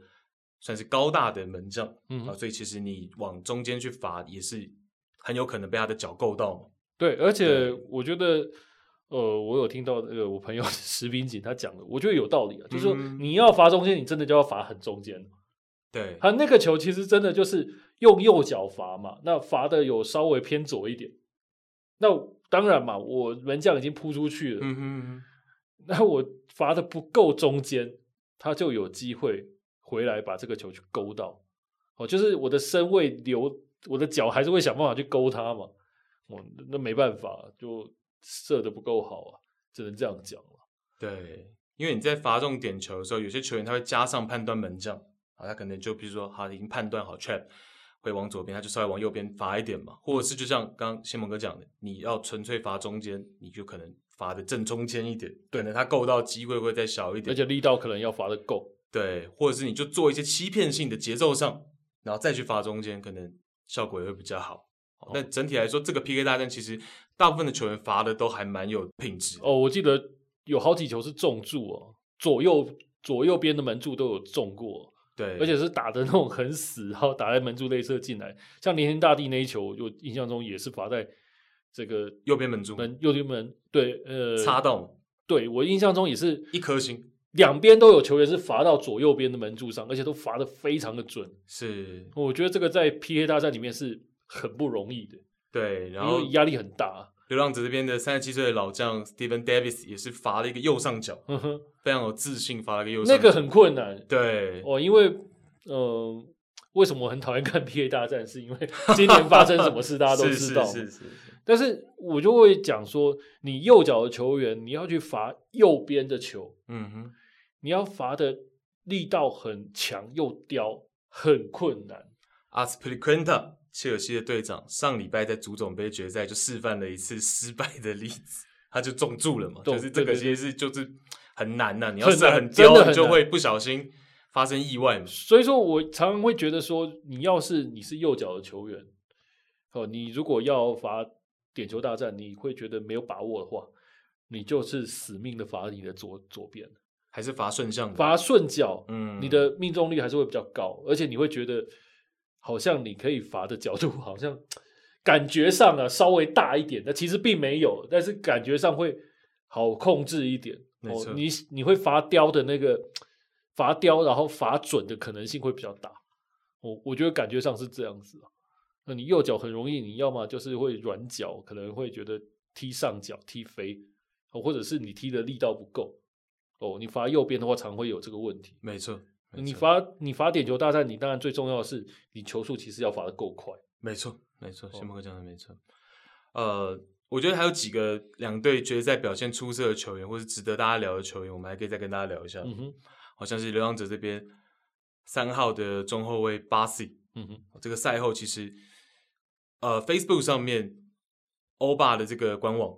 算是高大的门将、嗯啊，哼，所以其实你往中间去罚也是很有可能被他的脚够到嘛。对。而且对我觉得，呃，我有听到那个我朋友 石斌锦他讲的，我觉得有道理啊，就是说嗯你要罚中间，你真的就要罚很中间。对，他那个球其实真的就是用右脚罚嘛，那罚的有稍微偏左一点。那当然嘛，我门将已经扑出去了，嗯哼那我罚的不够中间，他就有机会回来把这个球去勾到。哦，就是我的身位留，我的脚还是会想办法去勾他嘛。哦，那没办法，就射的不够好啊，只能这样讲了。对，因为你在罚中点球的时候，有些球员他会加上判断门将啊，他可能就比如说他已经判断好 trap 会往左边，他就稍微往右边罚一点嘛，或者是就像刚刚仙蒙哥讲的，你要纯粹罚中间，你就可能罚的正中间一点，可能他够到机会会再小一而点，且力道可能要罚的够。对，或者是你就做一些欺骗性的节奏上，然后再去罚中间，可能效果也会比较好。好哦但整体来说，这个 PK 大战其实大部分的球员罚的都还蛮有品质的。哦，我记得有好几球是中柱哦，左右左右边的门柱都有中过，对，而且是打的那种很死，然后打在门柱内侧进来。像连天大地那一球，我就印象中也是罚在这个右边门柱门右边门对呃擦到嘛对我印象中也是一颗星。两边都有球员是罚到左右边的门柱上，而且都罚的非常的准。是我觉得这个在 PK 大战里面是很不容易的，对，然因后为压力很大。流浪者这边的三十七岁的老将 Steven Davis 也是罚了一个右上角，呵呵，非常有自信，罚了一个右上那角。哦个很困难，对哦，因为呃，为什么我很讨厌看 PA 大战，是因为 今年发生什么事大家都是知道嘛。是是是是但是我就会讲说，你右脚的球员，你要去罚右边的球，嗯哼，你要罚的力道很强又刁，很困难。阿斯普利昆特。切尔西的队长上礼拜在足总杯决赛就示范了一次失败的例子，他就中柱了嘛，中就是这个对对其实是就是很难呐、你要很是难很真的刁，很你就难会不小心发生意外嘛。所以说我常常会觉得说，你要是你是右脚的球员，哦，你如果要罚点球大战，你会觉得没有把握的话，你就是死命的罚你的左左边，还是罚顺向的，罚顺脚，嗯你的命中率还是会比较高，而且你会觉得好像你可以罚的角度好像感觉上啊稍微大一点，但其实并没有，但是感觉上会好控制一点。没错哦，你你会罚刁的那个罚刁，然后罚准的可能性会比较大。我我觉得感觉上是这样子啊。那你右脚很容易，你要么就是会软脚，可能会觉得踢上脚踢飞，哦或者是你踢的力道不够。哦，你罚右边的话，常会有这个问题。没错，没你错罚你罚点球大战，你当然最重要的是你球速其实要罚的够快。没错，没哦错，先莫哥讲的没错。呃，我觉得还有几个两队决赛表现出色的球员，或是值得大家聊的球员，我们还可以再跟大家聊一下。嗯哼，好像是流浪者这边三号的中后卫巴西，哦嗯哼，这个赛后其实呃，Facebook 上面欧巴的这个官网，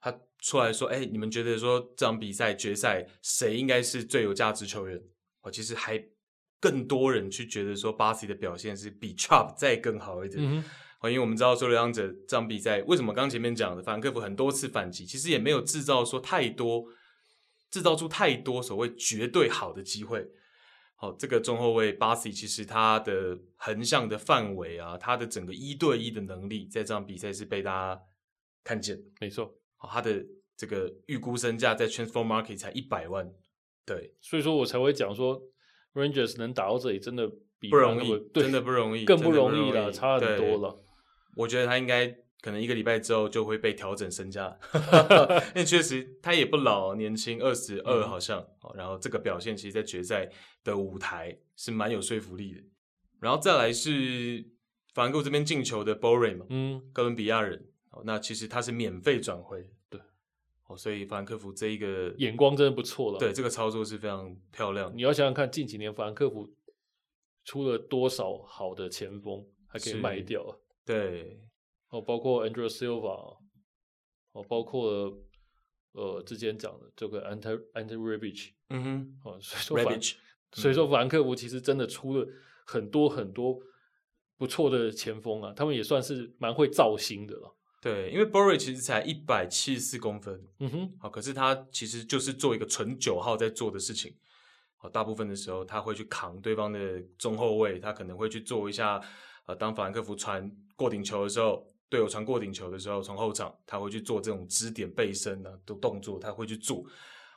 他出来说，哎、你们觉得说这场比赛决赛谁应该是最有价值球员？哦，其实还更多人去觉得说巴西的表现是比 Chop 再更好一点。嗯哼，哦好，因为我们知道说流浪者这场比赛为什么刚前面讲的法兰克福很多次反击，其实也没有制造说太多，制造出太多所谓绝对好的机会。好，这个中后卫巴西其实他的横向的范围啊，他的整个一对一的能力，在这场比赛是被大家看见。没错。好，他的这个预估身价在 Transfer Market 才一百万，对，所以说我才会讲说，Rangers 能打到这里真的比不容那个易，对真的不容易，更真的容易了，差很对多了。我觉得他应该可能一个礼拜之后就会被调整身 价，因为确实他也不老，年轻二十二嗯好像、哦然后这个表现其实，在决赛的舞台是蛮有说服力的。然后再来是法兰克福这边进球的 Borre 嘛，嗯，哥伦比亚人哦，那其实他是免费转会，对哦，所以法兰克福这一个眼光真的不错了。对，这个操作是非常漂亮的你。要想想看，近几年法兰克福出了多少好的前锋，还可以是卖掉啊。对，哦，包括 Andrew Silva，哦，包括呃之前讲的这个 Ante Ante Rebic，嗯哼哦，所以说 r a 法 b i c 所嗯以说，法兰克福其实真的出了很多很多不错的前锋啊，他们也算是蛮会造星的了。对，因为 Borre 其实才一百七十四公分，嗯哼，好，可是他其实就是做一个纯九号在做的事情。好，大部分的时候他会去扛对方的中后卫，他可能会去做一下，呃，当法兰克福传过顶球的时候，队友传过顶球的时候，从后场他会去做这种支点背身啊的、的动作，他会去做。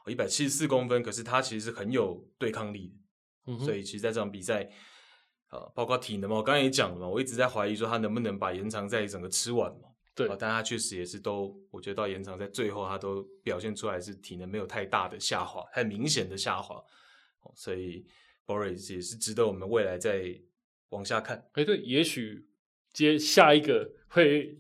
一百七十四公分，可是他其实是很有对抗力的。嗯哼，所以其实在这场比赛，呃，包括体能嘛，我刚才也讲了嘛，我一直在怀疑说他能不能把延长赛整个吃完嘛。对啊但他确实也是都，我觉得到延长赛最后他都表现出来是体能没有太大的下滑，很明显的下滑。哦所以 Boris 也是值得我们未来再往下看。哎对，也许接下一个会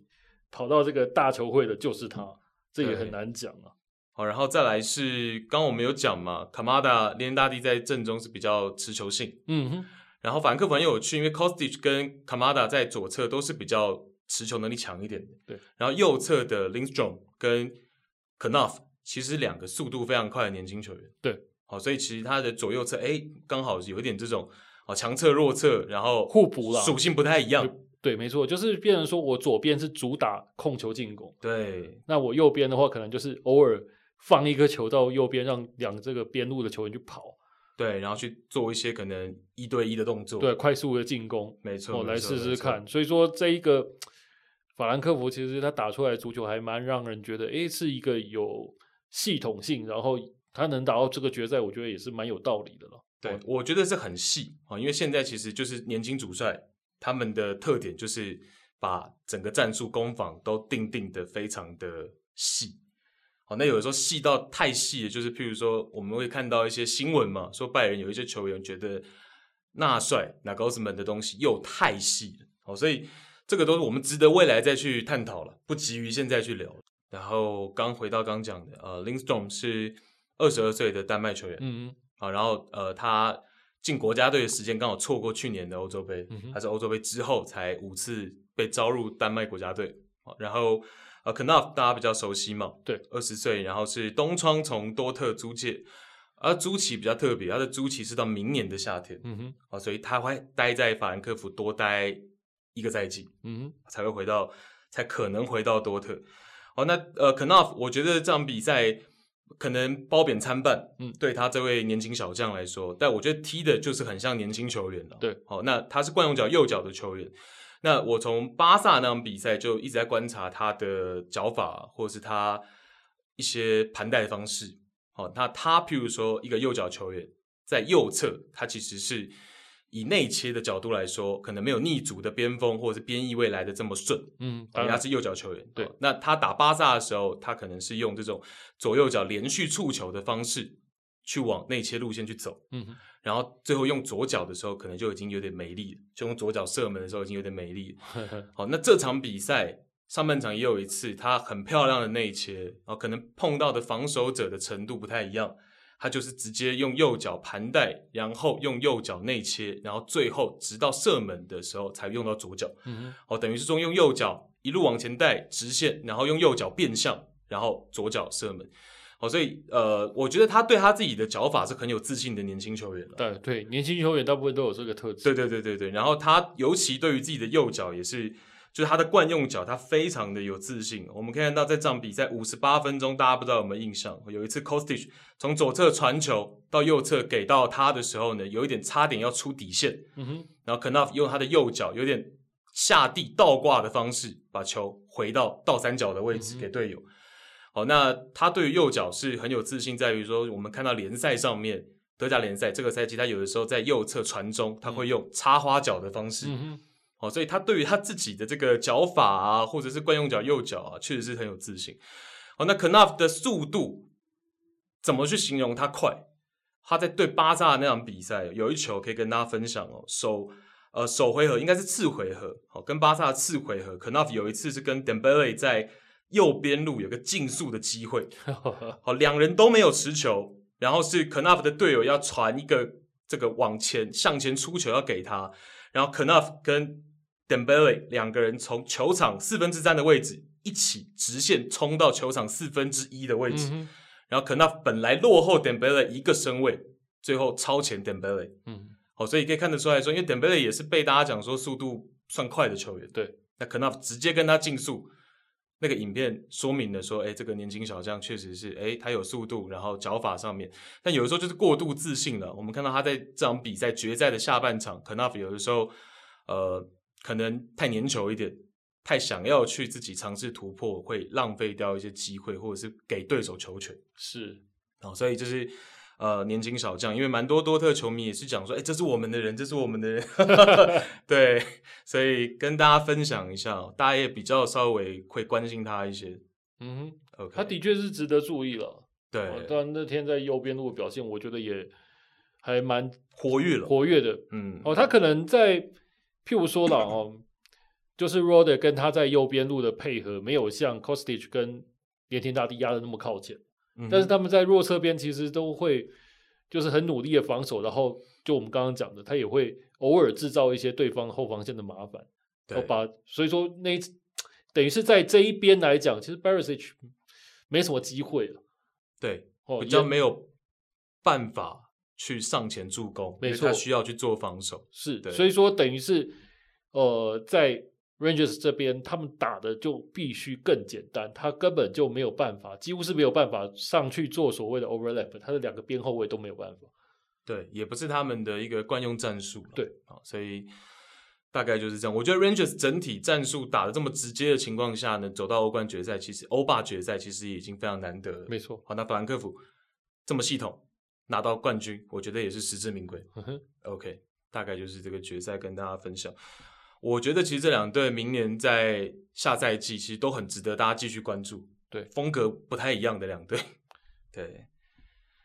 跑到这个大球会的就是他，这也很嗯对难讲啊。好，然后再来是刚刚我们有讲嘛，卡马达连大帝在阵中是比较持球性，嗯哼，然后法兰克福很有趣，因为 Kostic 跟 Kamada 在左侧都是比较持球能力强一点的。对，然后右侧的 Lindstrom 跟 Knopf 其实两个速度非常快的年轻球员。对，好、所以其实他的左右侧，哎，刚好有一点这种啊强侧弱侧，然后互补啦属性不太一样。对，没错，就是变成说我左边是主打控球进攻，对，那我右边的话可能就是偶尔放一个球到右边，让两这个边路的球员去跑，对，然后去做一些可能一对一的动作。对，，快速的进攻。没错，我、没来错试没试错看。所以说，这一个法兰克福其实他打出来的足球还蛮让人觉得，诶，是一个有系统性，然后他能打到这个决赛，我觉得也是蛮有道理的了。对哦，我觉得是很细啊，哦因为现在其实就是年轻主帅他们的特点就是把整个战术攻防都定定的非常的细。好，那有的时候细到太细了，就是譬如说我们会看到一些新闻嘛，说拜仁有一些球员觉得纳帅、纳高斯门的东西又太细了，好，所以这个都是我们值得未来再去探讨了，不急于现在去聊。然后刚回到刚讲的，呃，Lindstrom 是二十二岁的丹麦球员，嗯好，然后呃，他进国家队的时间刚好错过去年的欧洲杯，嗯哼他是欧洲杯之后才五次被招入丹麦国家队。好然后呃 k n o f 大家比较熟悉嘛，对，二十岁，然后是东窗从多特租借，而租期比较特别，他的租期是到明年的夏天，嗯哼啊，所以他会待在法兰克福多待一个赛季。嗯哼才会回到，才可能回到多特。好，那呃 k n o f 我觉得这场比赛可能褒贬参半，嗯对他这位年轻小将来说，但我觉得踢的就是很像年轻球员了。对，好，那他是惯用脚右脚的球员。那我从巴萨那场比赛就一直在观察他的脚法，或者是他一些盘带的方式。好，那他譬如说一个右脚球员在右侧，他其实是以内切的角度来说，可能没有逆足的边锋或者是边翼位来的这么顺。哦嗯，人当家然是右脚球员，对哦那他打巴萨的时候，他可能是用这种左右脚连续触球的方式去往内切路线去走，嗯哼然后最后用左脚的时候，可能就已经有点没力了，就用左脚射门的时候已经有点没力了。呵呵好，那这场比赛上半场也有一次，他很漂亮的内切，然后可能碰到的防守者的程度不太一样，他就是直接用右脚盘带，然后用右脚内切，然后最后直到射门的时候才用到左脚。嗯哼哦，等于是说用右脚一路往前带直线，然后用右脚变向，然后左脚射门。哦，所以呃，我觉得他对他自己的脚法是很有自信的年轻球员了。对对，年轻球员大部分都有这个特质。对对对对对，然后他尤其对于自己的右脚也是，就是他的惯用脚，他非常的有自信。我们可以看到在这场比赛五十八分钟，大家不知道有没有印象，有一次 Kostic 从左侧传球到右侧给到他的时候呢，有一点差点要出底线，嗯哼，然后 Knopf 用他的右脚有点下地倒挂的方式，把球回到倒三角的位置嗯哼给队友。好，那他对于右脚是很有自信，在于说我们看到联赛上面，德甲联赛这个赛季，他有的时候在右侧传中，他会用插花脚的方式。嗯哼，哦，所以他对于他自己的这个脚法啊，或者是惯用脚右脚啊，确实是很有自信。哦，那 Knopf 的速度怎么去形容他快？他在对巴萨的那场比赛有一球可以跟大家分享哦，首呃首回合应该是次回合，好、跟巴萨的次回合，Knopf 有一次是跟 Dembele 在右边路有个竞速的机会， 好，两人都没有持球，然后是 Knopf 的队友要传一个这个往前向前出球要给他，然后 Knopf 跟 Dembele 两个人从球场四分之三的位置一起直线冲到球场四分之一的位置，嗯哼然后 Knopf 本来落后 Dembele 一个身位，最后超前 Dembele，嗯好，所以可以看得出来说，因为 Dembele 也是被大家讲说速度算快的球员，对，那 Knopf 直接跟他竞速，那个影片说明了说，哎，这个年轻小将确实是，哎，他有速度，然后脚法上面，但有的时候就是过度自信了。我们看到他在这场比赛决赛的下半场，Knopf 有的时候，呃，可能太粘球一点。太想要去自己尝试突破，会浪费掉一些机会，或者是给对手球权。是哦，所以就是呃年轻小将，因为蛮多多特球迷也是讲说，哎、这是我们的人，这是我们的人， 对，所以跟大家分享一下哦，大家也比较稍微会关心他一些。嗯哼， OK，他的确哦是值得注意了。对当然那天在右边路的表现，我觉得也还蛮活跃了，活跃的。嗯，哦，他可能在，譬如说了哦，就是 r o d e r 跟他在右边路的配合，没有像 Kostic 跟连天大地压的那么靠前，嗯但是他们在弱侧边其实都会就是很努力的防守，然后就我们刚刚讲的，他也会偶尔制造一些对方后防线的麻烦，对哦，把所以说那一等于是在这一边来讲，其实 Barisic 没什么机会了。对哦，比较也没有办法去上前助攻，没因为错他需要去做防守。是对，所以说等于是呃，在 Rangers 这边，他们打的就必须更简单，他根本就没有办法，几乎是没有办法上去做所谓的 overlap，他的两个边后卫都没有办法。对，也不是他们的一个惯用战术啦。对啊，所以大概就是这样。我觉得 Rangers 整体战术打的这么直接的情况下呢，走到欧冠决赛，其实欧霸决赛其实也已经非常难得了。没错，好，那法兰克福这么系统拿到冠军，我觉得也是实至名归。嗯哼 OK，大概就是这个决赛跟大家分享。我觉得其实这两队明年在下赛季其实都很值得大家继续关注。对 风格不太一样的两队。对，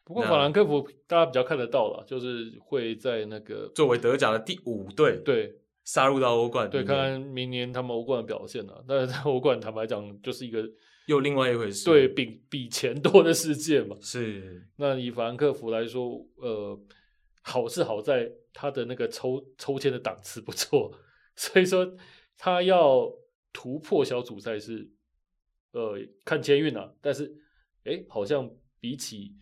不过那法兰克福大家比较看得到了，就是会在那个作为德甲的第五队，，对杀入到欧冠里对，面，看看明年他们欧冠的表现啊。但是在欧冠，坦白讲，就是一个又另外一回事，对，比比钱多的世界嘛。是那以法兰克福来说，呃，好是好在他的那个抽抽签的档次不错， 所以说他要突破小组赛是呃看签运啊，但是诶好像比起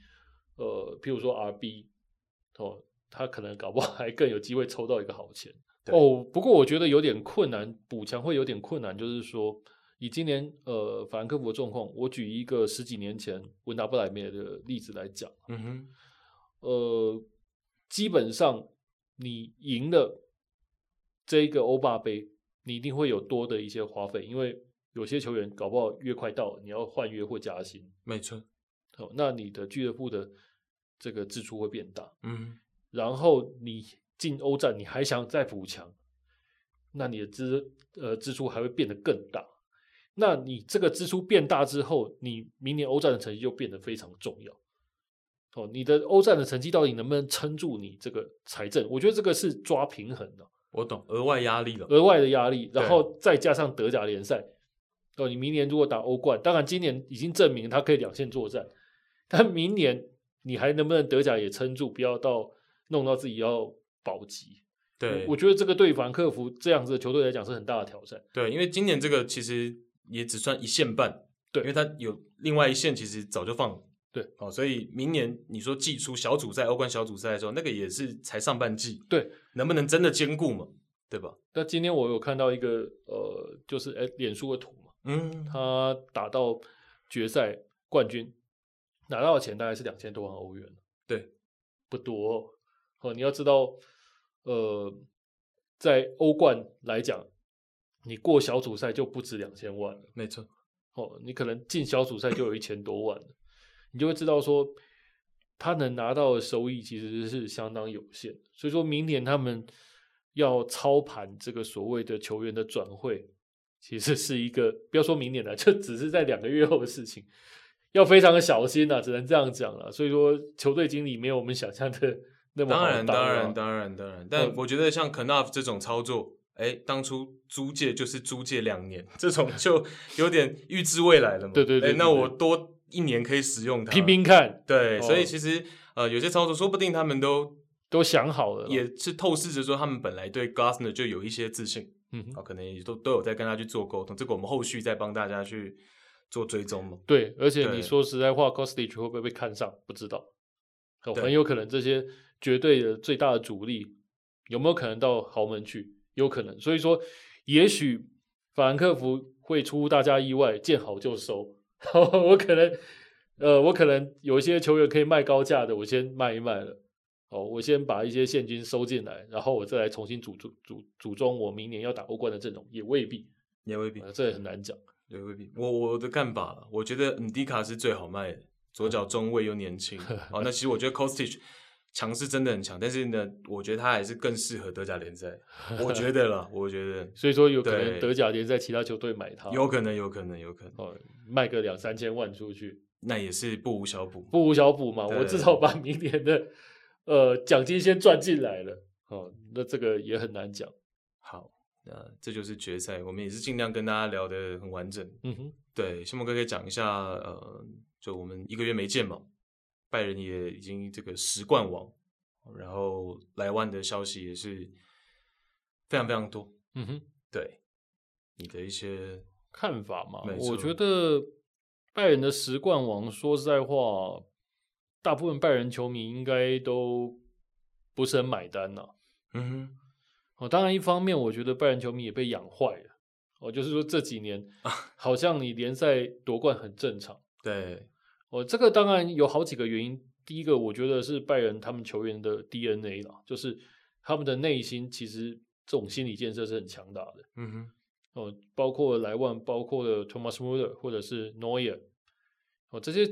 呃，譬如说 RB 哦，他可能搞不好还更有机会抽到一个好签。对哦，不过我觉得有点困难，补强会有点困难，就是说，以今年呃法兰克福的状况，我举一个十几年前温达布莱梅尔的例子来讲，啊嗯哼，呃，基本上你赢了这一个欧霸杯，你一定会有多的一些花费，因为有些球员搞不好月快到了，你要换约或加薪，没错，哦，那你的俱乐部的这个支出会变大，嗯，然后你进欧战，你还想再补强，那你的支呃支出还会变得更大。那你这个支出变大之后，你明年欧战的成绩就变得非常重要。哦，你的欧战的成绩到底能不能撑住你这个财政？我觉得这个是抓平衡的、我懂，额外压力了，额外的压力，对然后再加上德甲联赛。哦，你明年如果打欧冠，当然今年已经证明他可以两线作战，但明年你还能不能德甲也撑住，不要到弄到自己要保级？对，我觉得这个对凡克福这样子的球队来讲是很大的挑战。对，因为今年这个其实也只算一线半，对因为它有另外一线其实早就放了，对，哦，所以明年你说季初小组赛、欧冠小组赛的时候，那个也是才上半季，对，能不能真的兼顾嘛？对吧？那今天我有看到一个呃，就是哎，脸书的图嘛，嗯，他打到决赛冠军，拿到的钱大概是两千多万欧元，对，不多哦哦。你要知道，呃，在欧冠来讲，你过小组赛就不止两千万了没错，哦，你可能进小组赛就有一千多万了，你就会知道说，他能拿到的收益其实是相当有限的。所以说明年他们要操盘这个所谓的球员的转会，其实是一个不要说明年了，就只是在两个月后的事情，要非常的小心啊，只能这样讲了。所以说球队经理没有我们想象的那么好当然，当啊当然，然，当然，当然，但嗯我觉得像 Knaf 这种操作。哎，当初租借就是租借两年，这种就有点预知未来了嘛。对对对哎对那对我多一年可以使用它，拼拼看，对，所哦以其实呃，有些操作说不定他们都都想好了啦，也是透视着说，他们本来对 Gosner 就有一些自信嗯哼啊，可能也都都有在跟他去做沟通。这个我们后续再帮大家去做追踪嘛。对，而且对你说实在话，Kostic 会不会被看上？不知道，哦，对很有可能这些绝对的最大的主力有没有可能到豪门去？有可能，所以说，也许法兰克福会出乎大家意外，见好就收。 我可能，呃，我可能有一些球员可以卖高价的，我先卖一卖了。哦，我先把一些现金收进来，然后我再来重新组组组组装我明年要打欧冠的阵容，也未必，也未必呃，，这也很难讲。也未必。我我的看法啦，我觉得 n d 卡是最好卖的，左脚中卫又年轻。哦，那其实我觉得 Kostic 强是真的很强，但是呢，我觉得他还是更适合德甲联赛。我觉得啦，我觉得所以说有可能对德甲联赛其他球队买他，有可能，有可能，有可能，哦，卖个两三千万出去，那也是不无小补。不无小补嘛。对我至少把明年的呃奖金先赚进来了，哦，那这个也很难讲。好，那这就是决赛，我们也是尽量跟大家聊得很完整。嗯哼，对，先梦哥可以讲一下，呃，就我们一个月没见嘛，拜仁也已经这个十冠王，然后莱万的消息也是非常非常多。嗯哼，对，你的一些看法嘛没，错我觉得拜仁的十冠王，说实在话，大部分拜仁球迷应该都不是很买单呐、嗯哦，当然，一方面我觉得拜仁球迷也被养坏了。哦，就是说这几年好像你联赛夺冠很正常。哼，对，哦，这个当然有好几个原因。第一个，我觉得是拜仁他们球员的 DNA 啦，就是他们的内心其实这种心理建设是很强大的。嗯哼，哦，包括莱万，包括了 Thomas Muller 或者是 Neuer，哦，这些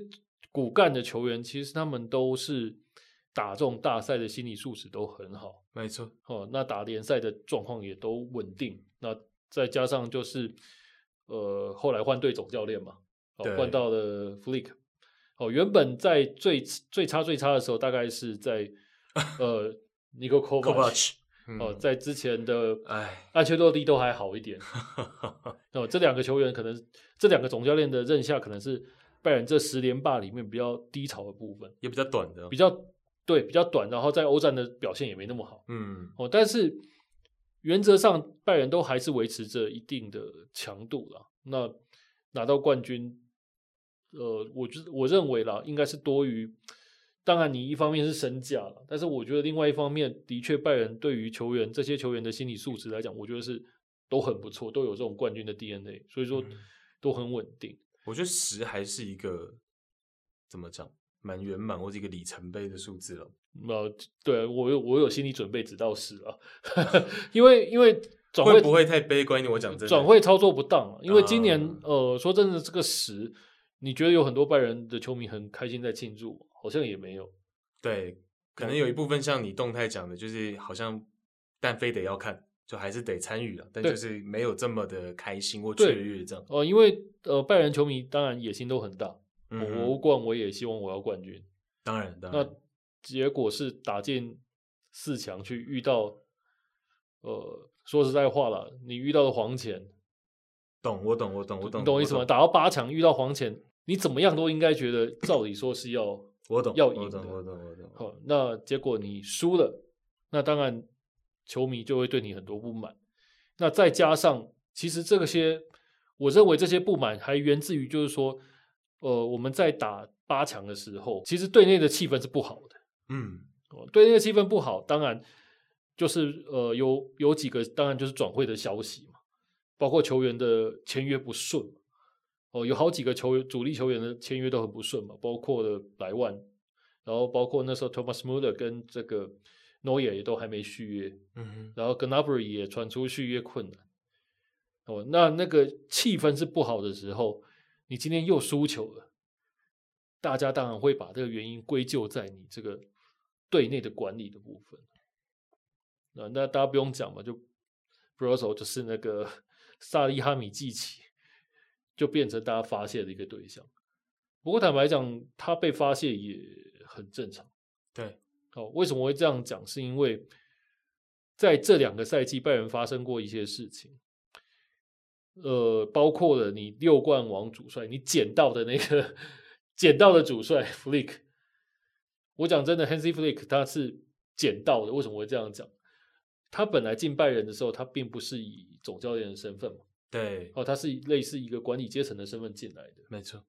骨干的球员，其实他们都是打这种大赛的心理素质都很好。没错，哦，那打联赛的状况也都稳定。那再加上就是，呃，后来换队总教练嘛，哦对，换到了 Flick，哦，原本在最最差最差的时候，大概是在呃 n i k o k o v a c Kovac，嗯哦，在之前的哎，安切洛蒂都还好 一点。哦，这两个球员可能这两个总教练的任下，可能是拜仁这十连霸里面比较低潮的部分，也比较短的比，较对比较短，然后在欧战的表现也没那么好。嗯哦，但是原则上拜仁都还是维持着一定的强度啦。那拿到冠军，呃，我觉得我认为啦，应该是多于。当然，你一方面是身价了，但是我觉得另外一方面，的确拜仁对于球员这些球员的心理素质来讲，我觉得是都很不错，都有这种冠军的 DNA，所以说嗯都很稳定。我觉得十还是一个怎么讲，蛮圆满或者一个里程碑的数字了。呃，对我有我有心理准备，直到死啊， 因为因为转会会不会太悲观一点？我讲真的，转会操作不当了，因为今年、啊呃，说真的，这个十，你觉得有很多拜仁的球迷很开心在庆祝吗，好像也没有。对，可能有一部分像你动态讲的，就是好像但非得要看，就还是得参与了，但对就是没有这么的开心或雀对跃这样。呃，因为呃，拜仁球迷当然野心都很大，嗯我哼嗯欧冠我也希望我要冠军，当然，当那然，结果是打进四强去遇到，呃，说实在话了，你遇到的黄潜，懂，我懂，我懂，我懂，你懂我意思吗？？打到八强遇到黄潜，你怎么样都应该觉得，照理说是要我懂，要我赢懂，的我懂，我懂。好，那结果你输了，那当然球迷就会对你很多不满。那再加上，其实这个些，我认为这些不满还源自于就是说，呃，我们在打八强的时候，其实队内的气氛是不好的。嗯，哦，队内的气氛不好，当然就是呃，有有几个当然就是转会的消息嘛，包括球员的签约不顺嘛哦，有好几个球员主力球员的签约都很不顺嘛，包括了莱万，然后包括那时候 Thomas Muller 跟这个 Neuer 也都还没续约，嗯然后 Gnabry 也传出续约困难。哦，那那个气氛是不好的时候，你今天又输球了，大家当然会把这个原因归咎在你这个队内的管理的部分。那那大家不用讲嘛，就 b r o s o 就是那个 萨利哈米季奇，就变成大家发泄的一个对象。不过坦白讲，他被发泄也很正常。对，哦，为什么会这样讲？是因为在这两个赛季，拜仁发生过一些事情，呃，包括了你六冠王主帅，你捡到的那个捡到的主帅 Flick。我讲真的，Hansi Flick 他是捡到的。为什么会这样讲？他本来进拜仁的时候，他并不是以总教练的身份嘛，对，哦，他是以类似一个管理阶层的身份进来的。没错，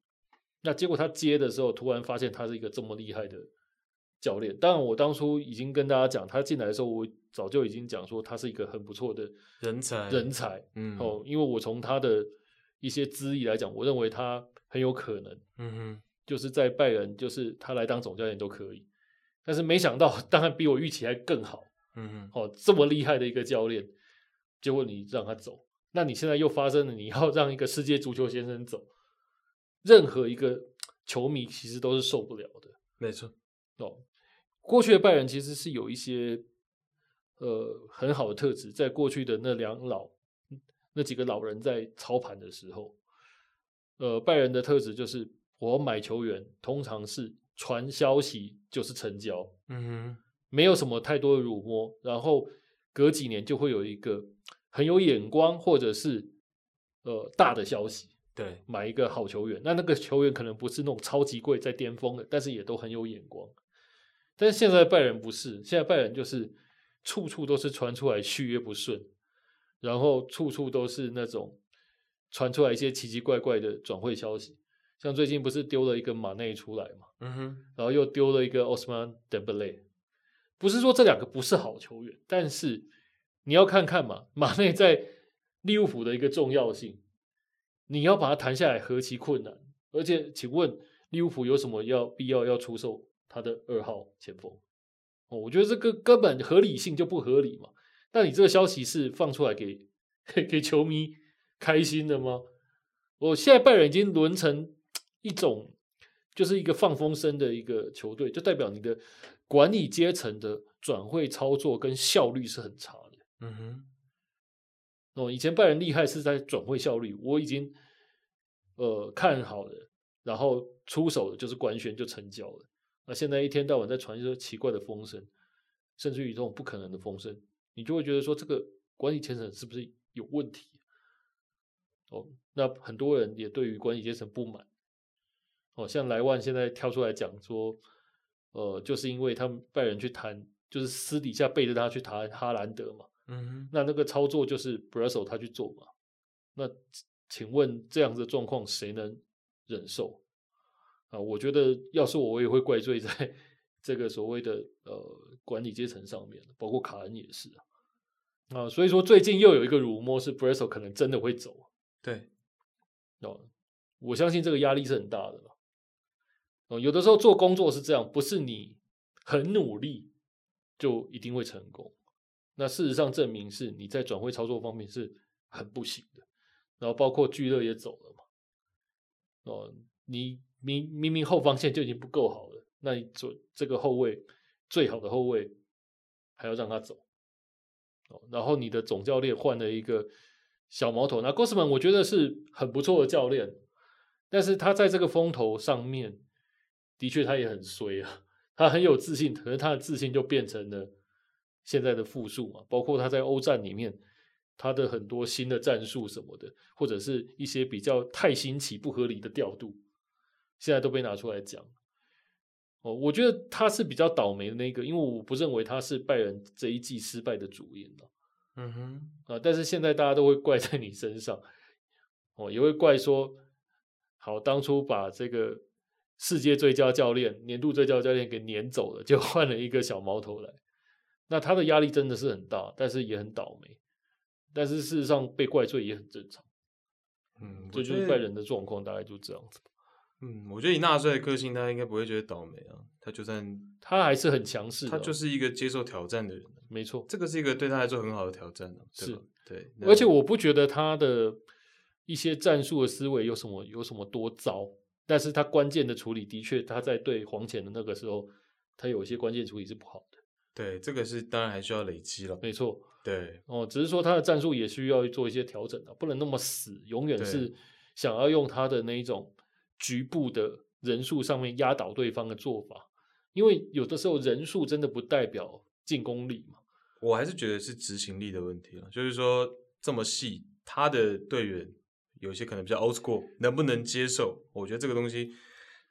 那结果他接的时候，突然发现他是一个这么厉害的教练。当然，我当初已经跟大家讲，他进来的时候，我早就已经讲说他是一个很不错的人才，人，才、嗯，哦，因为我从他的一些资历来讲，我认为他很有可能嗯哼，就是在拜仁，就是他来当总教练都可以。但是没想到，当然比我预期还更好嗯哼，哦，这么厉害的一个教练，结果你让他走，那你现在又发生了，你要让一个世界足球先生走，任何一个球迷其实都是受不了的。没错，哦，过去的拜仁其实是有一些呃很好的特质，在过去的那两老那几个老人在操盘的时候，呃，拜仁的特质就是我买球员通常是传消息就是成交，嗯哼，没有什么太多的辱没，然后隔几年就会有一个很有眼光或者是呃大的消息，对，买一个好球员，那那个球员可能不是那种超级贵在巅峰的，但是也都很有眼光。但是现在拜仁不是，现在拜仁就是处处都是传出来续约不顺，然后处处都是那种传出来一些奇奇怪怪的转会消息，像最近不是丢了一个马内出来嘛，嗯哼，然后又丢了一个 Osman Dembele，不是说这两个不是好球员，但是你要看看嘛，马内在利物浦的一个重要性，你要把它谈下来何其困难。而且，请问利物浦有什么要必要要出售他的二号前锋？哦，我觉得这个根本合理性就不合理嘛。那你这个消息是放出来给 给球迷开心的吗？我现在拜仁已经沦成一种就是一个放风声的一个球队，就代表你的管理阶层的转会操作跟效率是很差的。嗯哼，哦，以前拜仁厉害是在转会效率，我已经呃看好了然后出手的就是官宣就成交了。那现在一天到晚在传一些奇怪的风声，甚至于这种不可能的风声，你就会觉得说这个管理阶层是不是有问题？哦，那很多人也对于管理阶层不满。哦，像莱万现在跳出来讲说，呃，就是因为他们拜仁去谈，就是私底下背着他去谈哈兰德嘛。嗯哼，那那个操作就是 Brasso 他去做嘛。那请问这样子的状况谁能忍受？啊，我觉得要是我，我也会怪罪在 这个所谓的呃管理阶层上面，包括卡恩也是啊。啊，所以说最近又有一个rumor 是 Brasso 可能真的会走对，哦，我相信这个压力是很大的了。哦，有的时候做工作是这样，不是你很努力就一定会成功。那事实上证明是你在转会操作方面是很不行的。然后包括聚乐也走了嘛，哦，你明明明后防线就已经不够好了，那你做这个后卫最好的后卫还要让他走。哦，然后你的总教练换了一个小毛头，那 g o s m a n 我觉得是很不错的教练，但是他在这个风头上面，的确他也很衰啊，他很有自信，可是他的自信就变成了现在的负数嘛，包括他在欧战里面。他的很多新的战术什么的，或者是一些比较太新奇、不合理的调度，现在都被拿出来讲。哦，我觉得他是比较倒霉的那个，因为我不认为他是拜仁这一季失败的主因啊。嗯哼，啊，但是现在大家都会怪在你身上，哦，也会怪说，好，当初把这个世界最佳教练、年度最佳教练给撵走了，就换了一个小毛头来，那他的压力真的是很大，但是也很倒霉，但是事实上被怪罪也很正常，嗯，这就是拜仁的状况，大概就这样子。嗯，我觉得以纳粹的个性，他应该不会觉得倒霉啊。他就算他还是很强势的啊，他就是一个接受挑战的人，啊没错，这个是一个对他来说很好的挑战啊，对是吧？对，那而且我不觉得他的一些战术的思维有什么有什么多糟，但是他关键的处理的确，他在对黄潜的那个时候，他有一些关键处理是不好的，对这个是当然还需要累积了，没错对哦，只是说他的战术也需要做一些调整啊，不能那么死，永远对是想要用他的那一种局部的人数上面压倒对方的做法，因为有的时候人数真的不代表进攻力嘛，我还是觉得是执行力的问题了，就是说这么细，他的队员有些可能比较 old school，能不能接受？我觉得这个东西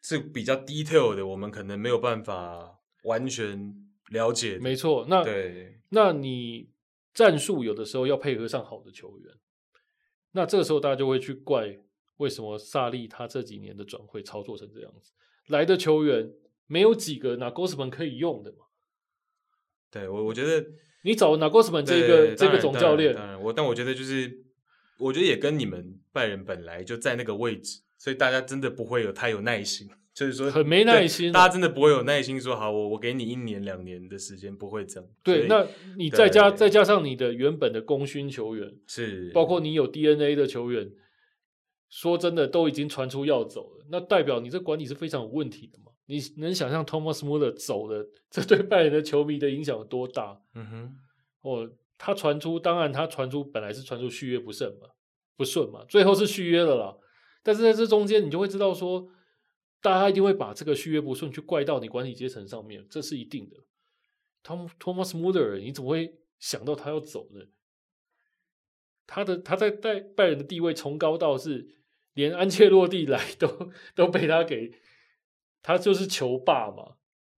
是比较 detail 的，我们可能没有办法完全了解的。没错，那对，那你战术有的时候要配合上好的球员，那这个时候大家就会去怪为什么萨利他这几年的转会操作成这样子，来的球员没有几个拿 g o s m a n 可以用的嘛。对我我觉得你找拿 g o s m a n 这个对这当个然总教练当然，当然我但我觉得就是，我觉得也跟你们拜仁本来就在那个位置，所以大家真的不会有太有耐心， 就是说很没耐心啊对大家真的不会有耐心说好，我我给你一年两年的时间，不会这样。所对，以那你再加对再加上你的原本的功勋球员，是包括你有 DNA 的球员，说真的都已经传出要走了，那代表你这管理是非常有问题的嘛？你能想象 Thomas Muller 走了，这对拜仁的球迷的影响有多大？嗯哼，哦，他传出，当然他传出本来是传出续约不顺嘛，不顺嘛，最后是续约了啦。但是在这中间，你就会知道说，大家一定会把这个续约不顺去怪到你管理阶层上面，这是一定的。汤托马斯穆勒尔，你怎么会想到他要走呢？他的他在在拜仁的地位崇高到是连安切洛蒂来 都都被他给，他就是球霸嘛，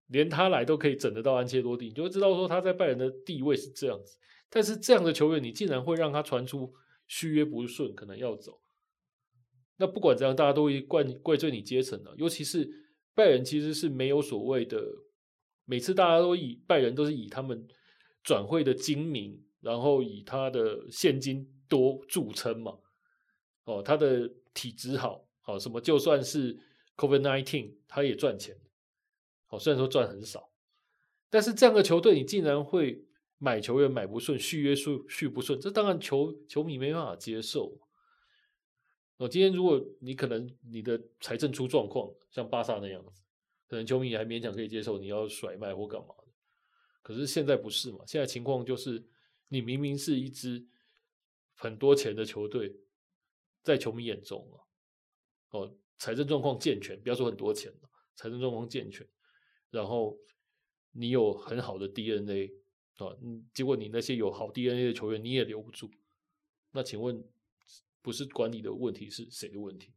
连他来都可以整得到安切洛蒂，你就会知道说他在拜仁的地位是这样子。但是这样的球员，你竟然会让他传出续约不顺，可能要走。那不管怎样，大家都会怪你怪罪你阶层啊了。尤其是拜仁，其实是没有所谓的，每次大家都以拜仁都是以他们转会的精明，然后以他的现金多著称嘛。哦，他的体质好，好、什么就算是 COVID nineteen，他也赚钱。哦，虽然说赚很少，但是这样的球队你竟然会买球员买不顺，续约续续不顺，这当然球球迷没办法接受。哦，今天如果你可能你的财政出状况，像巴萨那样子，可能球迷还勉强可以接受，你要甩卖或干嘛的。可是现在不是嘛？现在情况就是，你明明是一支很多钱的球队，在球迷眼中啊，哦，财政状况健全，不要说很多钱了财政状况健全，然后你有很好的 DNA 啊，嗯结果你那些有好 DNA 的球员你也留不住，那请问不是管理的问题是谁的问题？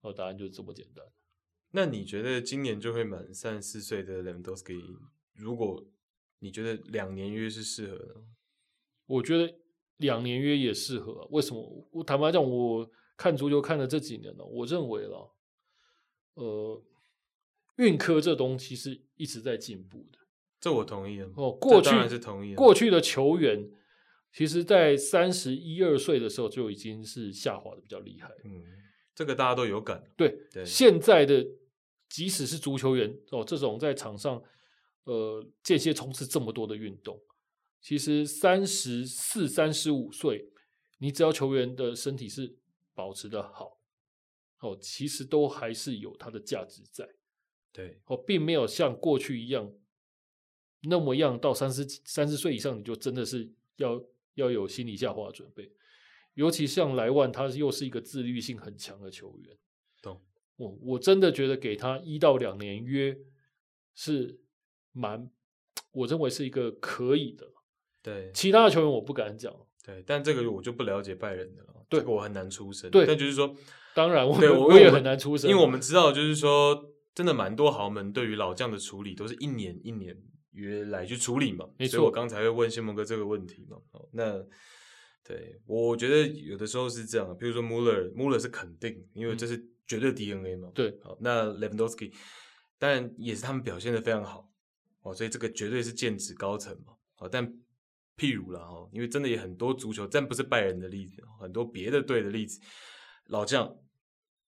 哦，答案就是这么简单。那你觉得今年就会满三十四岁的 Lewandowski，如果你觉得两年约是适合的，我觉得两年约也适合啊、为什么？我坦白讲，我看足球看了这几年了，我认为了，呃，运科这东西是一直在进步的。这我同意啊。哦，这过去当然是同意啊。过去的球员，其实在三十一二岁的时候就已经是下滑的比较厉害了。嗯，这个大家都有感。对，对现在的即使是足球员哦，这种在场上呃间歇冲刺这么多的运动，其实三十四、三十五岁，你只要球员的身体是保持的好，哦，其实都还是有它的价值在对，哦，并没有像过去一样那么样到三十三十岁以上，你就真的是要要有心理下滑的准备。尤其像莱万，他又是一个自律性很强的球员。懂。我我真的觉得给他一到两年约是蛮，我认为是一个可以的。对其他的球员我不敢讲，对，但这个我就不了解拜仁的了，对这个我很难出声。对但就是说，当然我对们我也我很难出声，因为我们知道，就是说，真的蛮多豪门对于老将的处理都是一年一年约来去处理嘛。没所错以我刚才会问新蒙哥这个问题嘛。哦那对我觉得有的时候是这样，比如说 Muller，Muller 是肯定，因为这是绝对 DNA 嘛。嗯对，好，那 Lewandowski 当然也是他们表现的非常好哦，所以这个绝对是剑指高层嘛。哦，但譬如啦哦，因为真的也很多足球，但不是拜仁的例子，很多别的队的例子，老将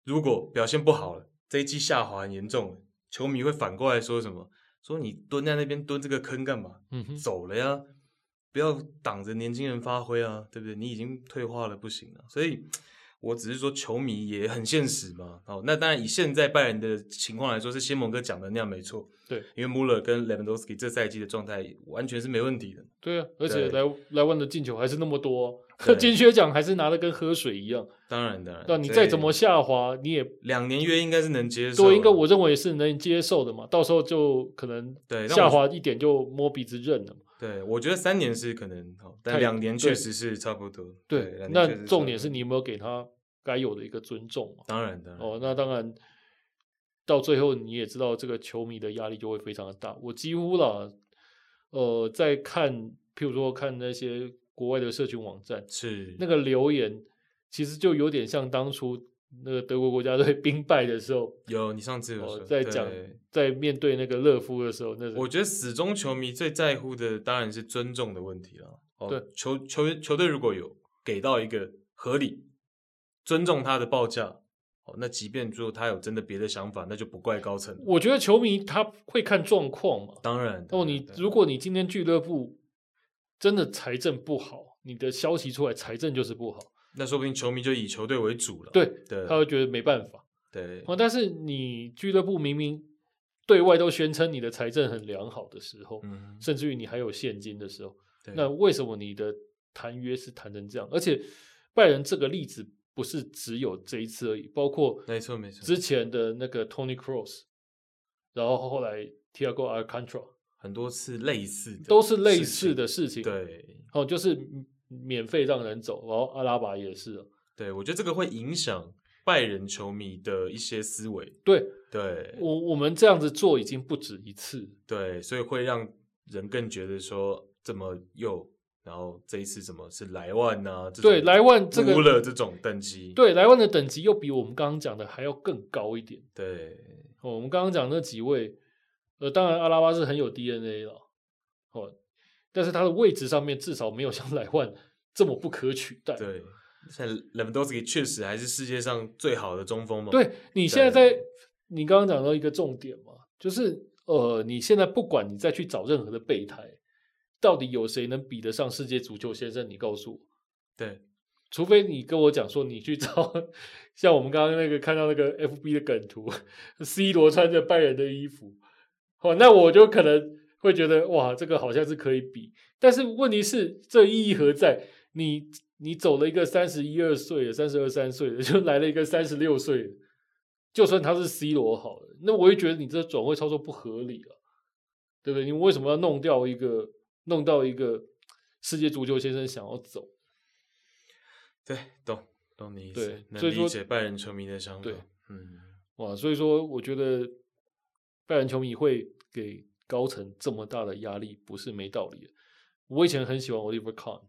如果表现不好了，这一季下滑很严重了，球迷会反过来说什么？说你蹲在那边蹲这个坑干嘛？嗯哼，走了呀，不要挡着年轻人发挥啊，对不对？你已经退化了，不行啊。所以我只是说，球迷也很现实嘛。哦，那当然以现在拜仁的情况来说，是先蒙哥讲的那样没错，对因为穆勒跟 Lewandowski 这赛季的状态完全是没问题的。对啊，而且对莱莱万的进球还是那么多、对金靴奖还是拿的跟喝水一样。当然，当然，啊那你所以再怎么下滑，你也两年约应该是能接受的，对，应该我认为也是能接受的嘛。到时候就可能对但下我滑一点就摸鼻子认了嘛。对我觉得三年是可能，哦、但太两年对确实是差不多。两年那确实重差点不多是你有没有给他该有的一个尊重嘛？当然当然哦，那当然，到最后你也知道，这个球迷的压力就会非常的大。我几乎啦，呃，在看，譬如说看那些国外的社群网站，是那个留言其实就有点像当初那个德国国家队 兵败的时候，有你上次有说、哦，在讲对在面对那个勒夫的时候，那种我觉得始终球迷最在乎的当然是尊重的问题了。哦，对，球球员球队如果有给到一个合理尊重他的报价，哦，那即便说他有真的别的想法，那就不怪高层了。我觉得球迷他会看状况嘛。当然，哦，当然你当然如果你今天俱乐部真的财政不好，你的消息出来财政就是不好，那说不定球迷就以球队为主了。对，对他会觉得没办法。对哦，但是你俱乐部明明对外都宣称你的财政很良好的时候，嗯，甚至于你还有现金的时候，对那为什么你的谈约是谈成这样？而且拜仁这个例子不是只有这一次而已，包括没错没错之前的那个 Tony Cross，然后后来 Tiago Alcantara 很多次类似的都是类事似情的事情。，对哦，就是免免费让人走，然后阿拉巴也是啊，对，我觉得这个会影响拜仁球迷的一些思维。对对，我我们这样子做已经不止一次。对，所以会让人更觉得说怎么又，然后这一次怎么是莱万呐、啊？这种对，莱万这个穆勒这种等级，对，莱万的等级又比我们刚刚讲的还要更高一点。对哦，我们刚刚讲那几位，呃，当然阿拉巴是很有 DNA 了，哦，但是他的位置上面至少没有像莱万这么不可取代。对，像 Lewandowski 确实还是世界上最好的中锋嘛。对，你现在对在你刚刚讲到一个重点嘛，就是呃，你现在不管你再去找任何的备胎，到底有谁能比得上世界足球先生？你告诉我，对除非你跟我讲说你去找，像我们刚刚那个看到那个 FB 的梗图，C 罗穿着拜仁的衣服，哦，那我就可能会觉得哇，这个好像是可以比，但是问题是这意义何在？ 你你走了一个三十一二岁的、三十二三岁的，就来了一个三十六岁的，就算他是 C 罗好了，那我也觉得你这转会操作不合理啊，对不对？你为什么要弄掉一个弄到一个世界足球先生想要走？对，懂懂你意思对，能所以理说解拜仁球迷的想法对。嗯，哇，所以说我觉得拜仁球迷会给高层这么大的压力，不是没道理的。我以前很喜欢 Oliver Kahn，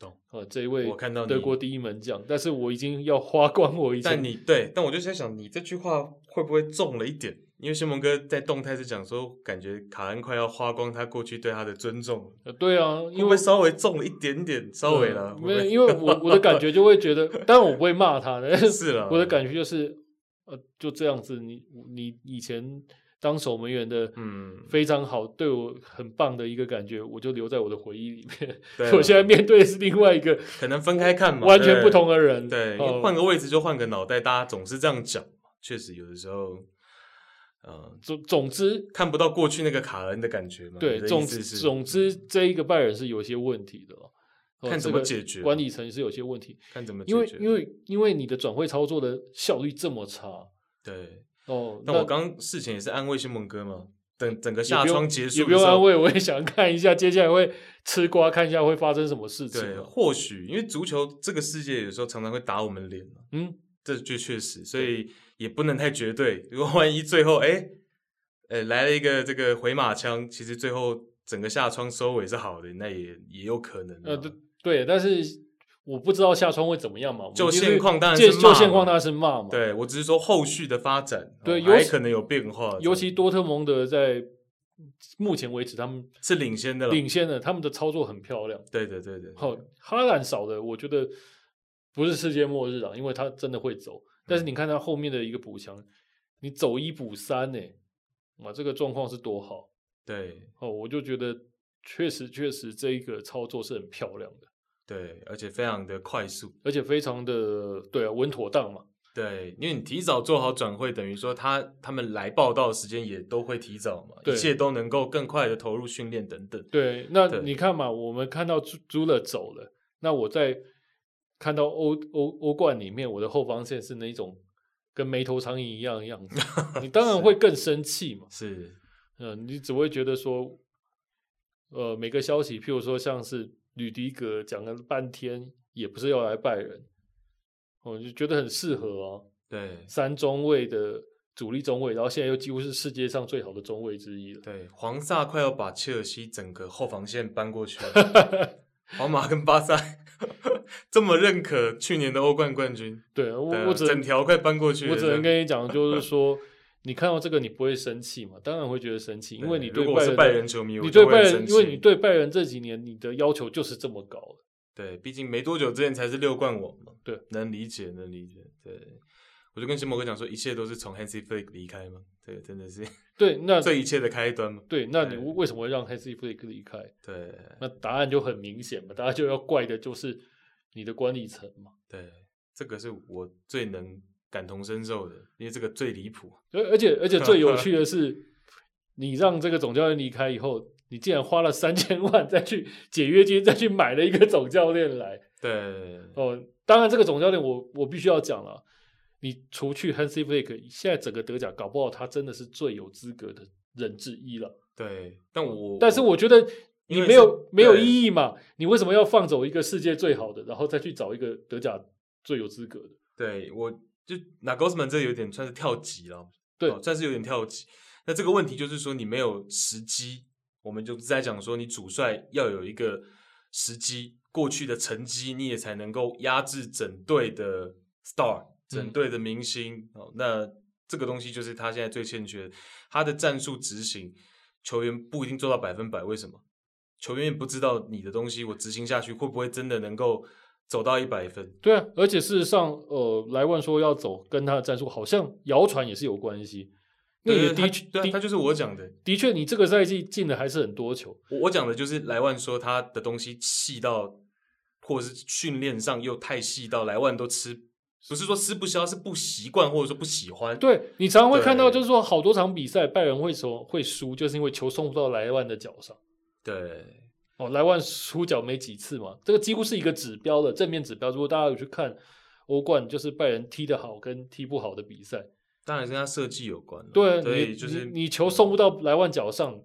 懂啊，这一位我看到德你国第一门将，但是我已经要花光我以前。但你对，但我就在想，你这句话会不会重了一点？因为新蒙哥在动态是讲说，感觉卡恩快要花光他过去对他的尊重了，呃对啊，会因不会为稍微重了一点点？稍微了，会嗯不没有，会 因为我我的感觉就会觉得，当然我不会骂他的，但是是了， 我的感觉就是，呃，就这样子，你你以前当守门员的，嗯非常好，对我很棒的一个感觉，我就留在我的回忆里面。对我现在面对的是另外一个可能分开看嘛，完全对不同的人，对，因为哦换个位置就换个脑袋，大家总是这样讲嘛。确实，有的时候，呃，总总之，看不到过去那个卡恩的感觉嘛。对你的总意思是嗯总之，这一个拜仁是有些问题的哦。哦看怎这么个解决管吧理层是有些问题，看怎么解因为决。因为因为你的转会操作的效率这么差对，哦。但我刚事前也是安慰新蒙哥嘛，等整个夏也不窗用结束的也不用时候安慰，我也想看一下接下来会吃瓜，看一下会发生什么事情对，哦。或许因为足球这个世界有时候常常会打我们脸嘛嗯，这就确实，所以也不能太绝对。如果万一最后哎，呃来了一个这个回马枪，其实最后整个下窗收尾是好的，那也也有可能啊。呃，对对，但是我不知道下窗会怎么样嘛。我们就是现况当然就是就骂现嘛况当然是骂嘛。，对我只是说后续的发展，对哦尤还其可能有变化，尤其多特蒙德在目前为止他们是领先的了。领先了，他们的操作很漂亮。对对对对，好，哈兰少的我觉得不是世界末日啊，因为他真的会走。但嗯是你看他后面的一个补强，你走一补三呢、哇，这个状况是多好对哦！我就觉得确实确实这一个操作是很漂亮的，对，而且非常的快速。而且非常的对啊，稳妥当嘛。对，因为你提早做好转会，等于说他他们来报道的时间也都会提早嘛，对一切都能够更快的投入训练等等。对，那对你看嘛，我们看到朱朱勒走了，那我在看到欧欧欧冠里面，我的后防线是那种跟没头苍蝇一样的样 子，你当然啊会更生气嘛。是，嗯、你只会觉得说，呃，每个消息，譬如说像是吕迪格讲了半天，也不是要来拜仁，我、就觉得很适合啊，对三中卫的主力中卫，然后现在又几乎是世界上最好的中卫之一了。对，黄萨快要把切尔西整个后防线搬过去了， 皇马跟巴萨 这么认可去年的欧冠冠军，对，我对啊我只整能条快搬过去了我只能这样跟你讲，就是说，你看到这个你不会生气嘛？当然会觉得生气，因为你如对果我是仁，拜仁球迷，你我对就会很拜仁，生因为气你对拜仁这几年你的要求就是这么高了。对，毕竟没多久之前才是六冠王嘛，对，能理解，能理解。对，我就跟新摩哥讲说，一切都是从 Hansi Flick 离开嘛，对，真 的是对，那这一切的开端嘛，对，那你对为什么会让 Hansi Flick 离开？对那答案就很明显嘛，大家就要怪的就是你的管理层嘛。对，这个是我最能感同身受的，因为这个最离谱，而而且而且最有趣的是，你让这个总教练离开以后，你竟然花了三千万再去解约金，再去买了一个总教练来。对，哦，当然这个总教练我我必须要讲了，你除去 Hansi Flick，现在整个德甲搞不好他真的是最有资格的人之一了。对，但我但是我觉得你因为没有是没有对意义嘛，你为什么要放走一个世界最好的，然后再去找一个德甲最有资格的？对我就拿 g o s m a n 这有点算是跳级了，对哦算是有点跳级。那这个问题就是说你没有时机，我们就在讲说你主帅要有一个时机，过去的成绩你也才能够压制整队的 star，整嗯队的明星、哦。那这个东西就是他现在最欠缺的，他的战术执行，球员不一定做到百分百，为什么？球员也不知道你的东西，我执行下去会不会真的能够走到一百分？对啊，而且事实上，呃，莱万说要走，跟他的战术好像谣传也是有关系。那对也对的他确，对啊，他的就是我讲的。的确，你这个赛季进的还是很多球。我我讲的就是莱万说他的东西细到，或者是训练上又太细到莱万都吃，不是说吃不消，是不习惯或者说不喜欢。对你常常会看到，对就是说好多场比赛拜仁会说会输，就是因为球送不到莱万的脚上。对哦，莱万出脚没几次嘛，这个几乎是一个指标的正面指标。如果大家有去看欧冠，就是拜仁踢得好跟踢不好的比赛，当然跟他设计有关了。对啊，所以你就是你你球送不到莱万脚上，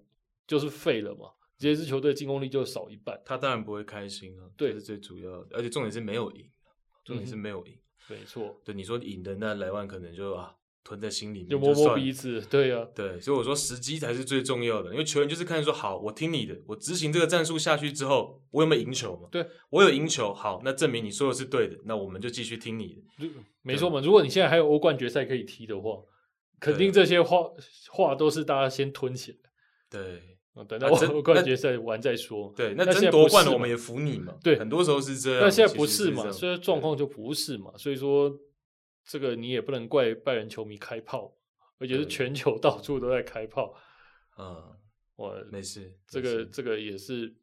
就是废了嘛。这支球队进攻力就少一半。他当然不会开心啊，对嗯这是最主要的，而且重点是没有赢，啊重点是没有赢。没错，对，你说赢的那莱万可能就啊囤在心里面，就摸摸算鼻子。对啊，对，所以我说时机才是最重要的，因为球员就是看说，好，我听你的，我执行这个战术下去之后，我有没有赢球嘛？对，我有赢球，好，那证明你说的是对的，那我们就继续听你的。如没错嘛。如果你现在还有欧冠决赛可以踢的话，肯定这些话话都是大家先吞起来。对，啊等到啊真 欧冠那决赛完再说。对，那那现真在夺不冠是了，我嘛们也服你嘛。对很多时候是这样。但现在其不实是是嘛，所所以状况就不是嘛，所以说这个你也不能怪拜仁球迷开炮，而且是对全球到处都在开炮。嗯，哇，没事，这没个事这个也是，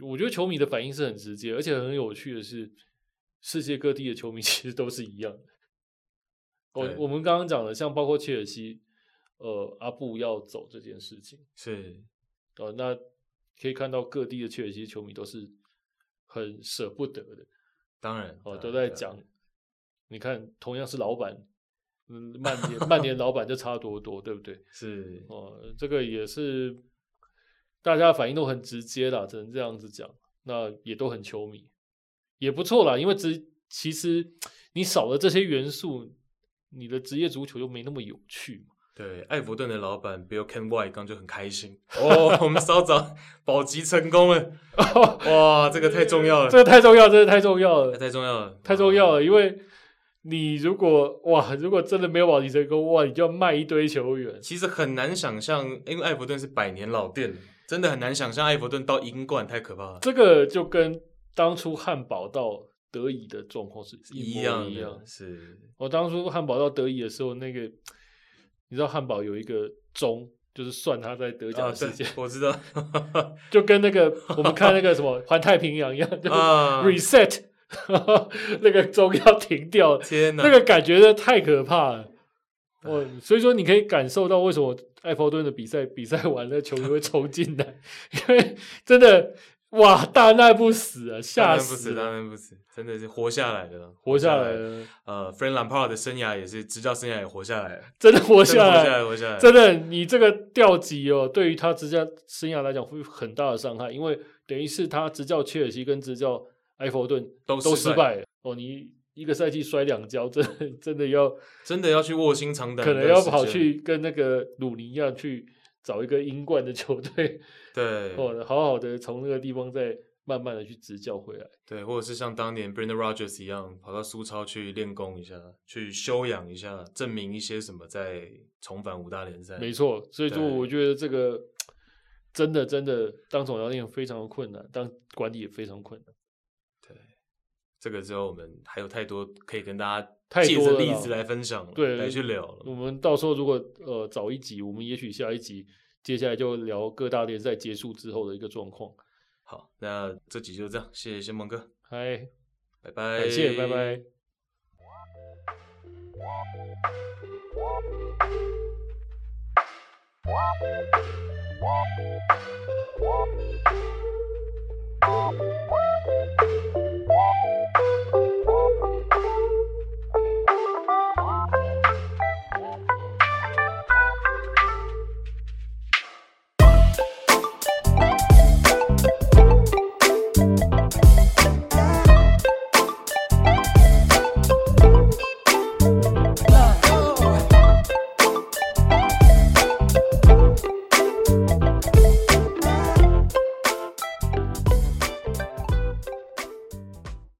我觉得球迷的反应是很直接，而且很有趣的是，世界各地的球迷 其实都是一样的。我对我们刚刚讲的，像包括切尔西，呃，阿布要走这件事情，是呃，那可以看到各地的切尔西球迷都是很舍不得的。当然哦，当都然在当讲然。你看，同样是老板，嗯，曼 联曼联老板就差多多，对不对？是哦，这个也是大家反应都很直接啦，只能这样子讲。那也都很球迷，也不错啦，因为职其实你少了这些元素，你的职业足球就没那么有趣嘛。对，艾弗顿的老板 Bill Ken White 刚就很开 心哦，我们稍早保级成功了，哦哇，这个太重要了，这个太重要，真的太 重要了，太重要了，太重要了，了，因为。你如果哇，如果真的没有保级成功，哇，你就要卖一堆球员，其实很难想象，因为艾弗顿是百年老店了，真的很难想象艾弗顿到英冠太可怕了，这个就跟当初汉堡到德乙的状况是一模一一样一样的，。是我当初汉堡到德乙的时候，那个你知道汉堡有一个钟，就是算他在得奖啊，的时间对，， 我知道就跟那个我们看那个什么《环太平洋》一样， 就是 啊， reset，、那个钟要停掉了，天哪，那个感觉真的太可怕了。哦，所以说你可以感受到为什么艾弗顿的比赛比赛完了球迷会冲进来， 因为真的哇大难不死啊，当吓然不死死，了当然不死，真的是活下来的，活下来。了，呃，Frank Lampard 的生涯也是执教生涯也活下来了，真的 活真的下活下来，来，活下来，真的，你这个调级哦，对于他执教生涯来讲会有很大的伤害，因为等于是他执教切尔西跟执教埃弗顿都都失失败了哦，你一个赛季摔两跤，真的真的要真的要去卧薪尝胆可一能段时间，要跑去跟那个鲁尼亚去找一个英冠的球队，对 哦，好好的从那个地方再慢慢的去执教回来。对，或者是像当年 Brendan Rodgers 一样，跑到苏超去练功一下，去修养一下，证明一些什么，再重返五大联赛。没错，所以说对我觉得这个真的真的当总教练非常的困难，当管理也非常困难。这个之后我们还有太多可以跟大家太借多着了例啦子来分享了，对嗯来去聊了。我们到时候如果呃早一集，我们也许下一集接下来就聊各大联赛结束之后的一个状况。好，那这集就这样，谢谢先蒙哥，嗨，拜拜，感谢，拜拜。 Thank you.